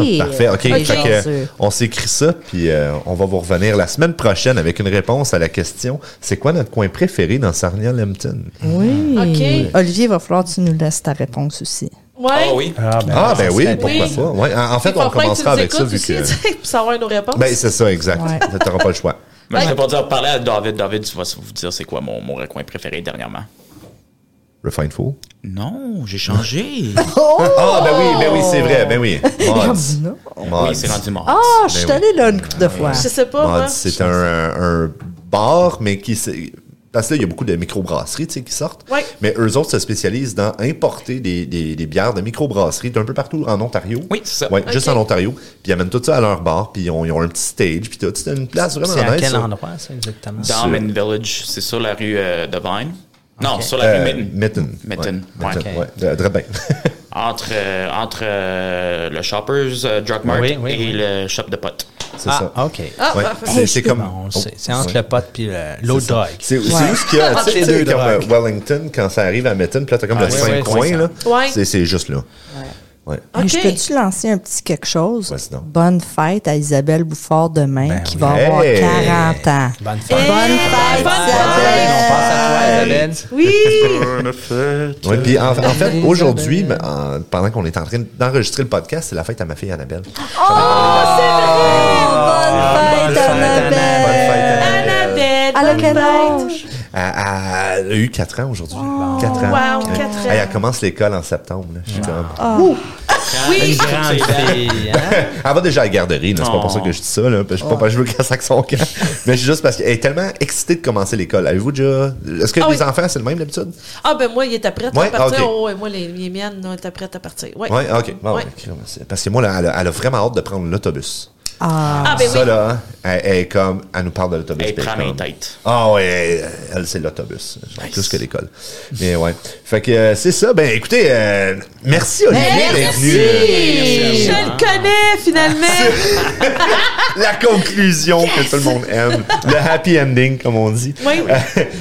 Speaker 5: réfléchir.
Speaker 1: Parfait, OK.
Speaker 5: les
Speaker 1: Fait que, euh,
Speaker 5: chanceux.
Speaker 1: on s'écrit ça, puis euh, on va vous revenir la semaine prochaine avec une réponse à la question « C'est quoi notre coin préféré dans Sarnia-Lempton?
Speaker 5: Oui.
Speaker 3: Ok.
Speaker 5: Olivier, il va falloir que tu nous laisses ta réponse aussi.
Speaker 3: Ouais.
Speaker 4: Ah oui.
Speaker 2: Ah ben, »
Speaker 1: Ah, ben oui,
Speaker 2: ça serait-
Speaker 1: pourquoi
Speaker 3: Oui.
Speaker 1: pas. Ouais, en, en fait,
Speaker 3: Il
Speaker 1: on
Speaker 3: faut pas que tu
Speaker 1: commencera
Speaker 3: nous
Speaker 1: avec ça,
Speaker 3: écoutes
Speaker 1: vu
Speaker 3: aussi,
Speaker 1: que...
Speaker 3: tu sais, pour savoir nos réponses.
Speaker 1: Ben, c'est ça, exact.
Speaker 5: Ouais.
Speaker 1: Ça, T'auras pas le choix.
Speaker 4: Mais je vais pas dire parler à David. David, tu vas vous dire c'est quoi mon, mon recoin préféré dernièrement.
Speaker 1: Refine Fool.
Speaker 4: Non, j'ai changé.
Speaker 1: Ah, ben oui, ben oui, c'est vrai, ben oui. Mods.
Speaker 5: Non.
Speaker 1: Mods.
Speaker 4: oui, c'est rendu mort.
Speaker 5: Ah, je suis
Speaker 1: Ben
Speaker 5: allée là une couple de fois.
Speaker 3: je sais pas, hein? moi.
Speaker 1: Mods, Bah, c'est un, un- un bar, mais qui... s'est- Parce que là, il y a beaucoup de microbrasseries tu sais, qui sortent.
Speaker 3: Ouais.
Speaker 1: Mais eux autres se spécialisent dans importer des, des- des bières de microbrasseries d'un peu partout en Ontario.
Speaker 4: Oui, c'est ça.
Speaker 1: Ouais,
Speaker 3: Ok.
Speaker 1: juste en Ontario. Puis ils amènent tout ça à leur bar, puis ils ont, ils ont un petit stage, puis tout. C'est une place vraiment
Speaker 2: C'est à
Speaker 1: nice. hein?
Speaker 2: quel
Speaker 1: ça.
Speaker 2: endroit, ça, exactement?
Speaker 4: Dans Mitten Village, c'est sur la rue euh, Devine. Non, sur la
Speaker 1: Euh,
Speaker 4: rue Mitten.
Speaker 1: Mitten.
Speaker 4: Mitten,
Speaker 1: Ouais,
Speaker 4: ouais.
Speaker 1: Mitten,
Speaker 2: Ok.
Speaker 1: ouais. Euh, très bien.
Speaker 4: Entre, euh, entre euh, le Shoppers euh, Drug Mart
Speaker 2: Oui, oui,
Speaker 4: et
Speaker 2: oui.
Speaker 4: le shop de potes.
Speaker 1: C'est ça.
Speaker 2: Ah, OK.
Speaker 3: Ah,
Speaker 1: Ouais,
Speaker 3: ah,
Speaker 1: c'est- c'est comme.
Speaker 2: Bon, on le sait. C'est
Speaker 1: Oh,
Speaker 2: entre
Speaker 1: ouais.
Speaker 2: le pote puis le- l'autre dog.
Speaker 1: C'est c'est
Speaker 5: Ouais.
Speaker 1: où ce qu'il y a.
Speaker 2: Entre
Speaker 1: Tu sais,
Speaker 2: les
Speaker 1: tu sais,
Speaker 2: deux
Speaker 1: comme euh,
Speaker 2: drogues.
Speaker 1: Wellington, quand ça arrive à Mitten, puis là, t'as comme
Speaker 2: Ah,
Speaker 1: le
Speaker 2: ouais,
Speaker 1: cinq
Speaker 2: ouais,
Speaker 1: coins,
Speaker 2: c'est ça.
Speaker 1: là.
Speaker 3: Ouais.
Speaker 1: C'est- C'est juste là. Ouais.
Speaker 5: Mais Je
Speaker 3: Ok.
Speaker 5: peux-tu lancer un petit quelque chose?
Speaker 1: Ouais, sinon.
Speaker 5: Bonne fête à Isabelle Bouffard demain,
Speaker 2: Ben
Speaker 5: qui
Speaker 2: oui.
Speaker 5: va avoir
Speaker 1: Hey!
Speaker 5: 40 ans.
Speaker 2: Bonne fête.
Speaker 3: Hey,
Speaker 5: Bonne fête,
Speaker 3: bonne
Speaker 5: Isabelle!
Speaker 2: On pense à toi, Isabelle.
Speaker 3: Oui!
Speaker 1: Ouais, puis en, en fait, aujourd'hui, mais en- pendant qu'on est en train d'enregistrer le podcast, c'est la fête à ma fille Annabelle.
Speaker 3: Ah, ben.
Speaker 5: Bonne fête,
Speaker 1: Bonne
Speaker 5: Annabelle!
Speaker 1: fête, Annabelle.
Speaker 3: Annabelle!
Speaker 5: Elle a
Speaker 3: bonne
Speaker 5: quel
Speaker 3: fête.
Speaker 5: âge?
Speaker 1: Elle, elle a eu 4 ans aujourd'hui. 4 ans.
Speaker 3: Oh, wow,
Speaker 1: Ouais.
Speaker 3: quatre ans. Ah.
Speaker 1: Elle, elle commence l'école en septembre. là. Je suis comme-
Speaker 3: Oui!
Speaker 2: Grande fille. hein?
Speaker 1: Elle va déjà à la garderie, là. c'est pas pour ça que je dis ça. Là, parce que
Speaker 3: Ah.
Speaker 1: je, suis pas, parce que je veux qu'elle saque son camp. Mais c'est juste parce qu'elle est tellement excitée de commencer l'école. Avez-vous déjà. Est-ce que
Speaker 3: Ah
Speaker 1: les
Speaker 3: oui.
Speaker 1: enfants, c'est le même d'habitude?
Speaker 3: Ah, ben moi, il était prêt à
Speaker 1: Ouais,
Speaker 3: partir.
Speaker 1: ok.
Speaker 3: Oh, et moi, les, les miennes, non, étaient prêtes à partir. Ouais.
Speaker 1: Oui, ah, ok. Bon,
Speaker 3: Ouais.
Speaker 1: ok, c'est- Parce que moi, là, elle, a, elle a vraiment hâte de prendre l'autobus.
Speaker 3: Ah, ben
Speaker 1: ça,
Speaker 3: oui.
Speaker 1: là, elle, elle est comme. Elle nous parle de l'autobus.
Speaker 4: Elle
Speaker 1: puis
Speaker 4: prend
Speaker 1: est
Speaker 4: mes
Speaker 1: comme-
Speaker 4: têtes.
Speaker 1: Ah ouais, elle, elle, c'est l'autobus. Genre, Plus que l'école. Mais ouais. Fait que euh, c'est ça. Ben écoutez, euh, merci Olivier d'être
Speaker 3: Ben, Merci!
Speaker 1: venu. euh,
Speaker 3: Je le connais, finalement!
Speaker 1: la conclusion que tout le monde aime. Le happy ending, comme on dit.
Speaker 3: Oui.
Speaker 1: Euh,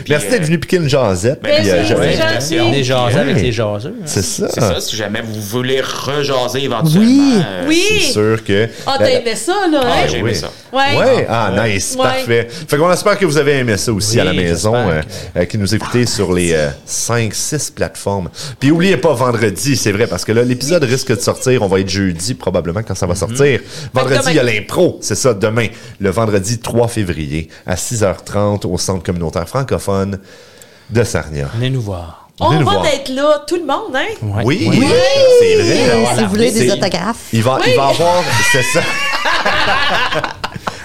Speaker 1: merci
Speaker 4: euh,
Speaker 1: d'être venu piquer une jasette.
Speaker 4: ben,
Speaker 1: puis, euh,
Speaker 3: oui,
Speaker 1: j'avais-
Speaker 3: c'est
Speaker 4: ouais,
Speaker 3: gentil.
Speaker 4: merci.
Speaker 2: On est jaseux avec les jaseux. hein.
Speaker 1: C'est ça.
Speaker 4: C'est ça, si jamais vous voulez rejaser éventuellement.
Speaker 5: Oui.
Speaker 4: euh,
Speaker 1: C'est
Speaker 3: Oui!
Speaker 1: sûr que.
Speaker 3: Ah,
Speaker 1: la-
Speaker 3: t'as aimé ça, là,
Speaker 4: Ah,
Speaker 3: hein?
Speaker 4: j'ai aimé ça.
Speaker 3: Ouais.
Speaker 1: Ouais. Ah, nice.
Speaker 3: Ouais.
Speaker 1: Parfait. Fait qu'on espère que vous avez aimé ça aussi
Speaker 2: Oui,
Speaker 1: à la maison,
Speaker 2: j'espère
Speaker 1: euh, euh, qui nous écoutez
Speaker 3: Ah,
Speaker 1: sur les 5, 6 plateformes. Puis oubliez pas vendredi, c'est vrai, parce que là, l'épisode risque de sortir. On va être jeudi, probablement, quand ça va sortir. Vendredi,
Speaker 3: Mhm. demain.
Speaker 1: il y a l'impro. C'est ça, demain. Le vendredi 3 février à 6h30 au Centre communautaire francophone de Sarnia.
Speaker 2: Venez nous voir.
Speaker 3: On
Speaker 1: Venez nous
Speaker 3: va
Speaker 1: voir.
Speaker 3: être là, tout le monde, hein?
Speaker 2: Ouais.
Speaker 1: Oui,
Speaker 2: Ouais.
Speaker 1: c'est vrai.
Speaker 5: Si vous voulez des
Speaker 1: C'est-
Speaker 5: autographes.
Speaker 1: Il va, il va avoir, c'est ça.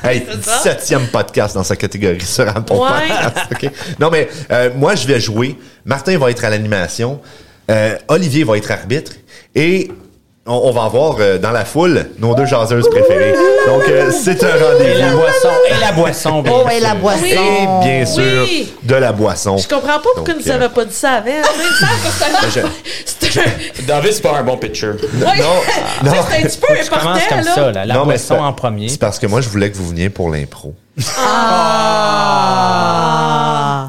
Speaker 1: Hey,
Speaker 3: C'est ça.
Speaker 1: 17e podcast dans sa catégorie sur Apple
Speaker 3: Ouais.
Speaker 1: Podcast, ok? Non, mais euh, moi, je vais jouer. Martin va être à l'animation. Euh, Olivier va être arbitre. Et on, on va avoir euh, dans la foule nos deux jaseuses préférées. Donc, euh, c'est un
Speaker 2: Et la
Speaker 1: rendez-vous.
Speaker 2: boisson, et la boisson, bien
Speaker 5: Oh, et la
Speaker 2: sûr.
Speaker 5: boisson.
Speaker 1: Et bien sûr,
Speaker 3: Oui.
Speaker 1: de la boisson.
Speaker 3: Je comprends pas pourquoi
Speaker 1: Donc,
Speaker 3: nous
Speaker 1: euh,
Speaker 3: avons pas dit ça avant. Tu sais, ça, parce que- C'est un-
Speaker 4: David, c'est pas un bon pitcher.
Speaker 3: Ouais,
Speaker 1: Non,
Speaker 3: c'est
Speaker 1: non.
Speaker 3: un petit peu
Speaker 2: Tu commences
Speaker 3: important,
Speaker 2: comme ça,
Speaker 3: là.
Speaker 2: là. La
Speaker 1: Non, mais
Speaker 2: boisson
Speaker 1: c'est-
Speaker 2: en premier.
Speaker 1: C'est parce que moi, je voulais que vous veniez pour l'impro.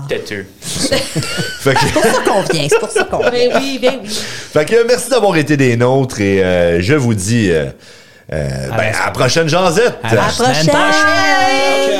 Speaker 4: Têteux.
Speaker 1: Fait que,
Speaker 5: C'est pour ça qu'on vient, c'est pour ça qu'on vient.
Speaker 3: Ben oui, ben oui.
Speaker 1: fait que euh, merci d'avoir été des nôtres et euh, je vous dis euh, euh, ben,
Speaker 2: la
Speaker 1: à la prochaine jasette.
Speaker 2: À la
Speaker 5: À la
Speaker 2: semaine
Speaker 5: prochaine!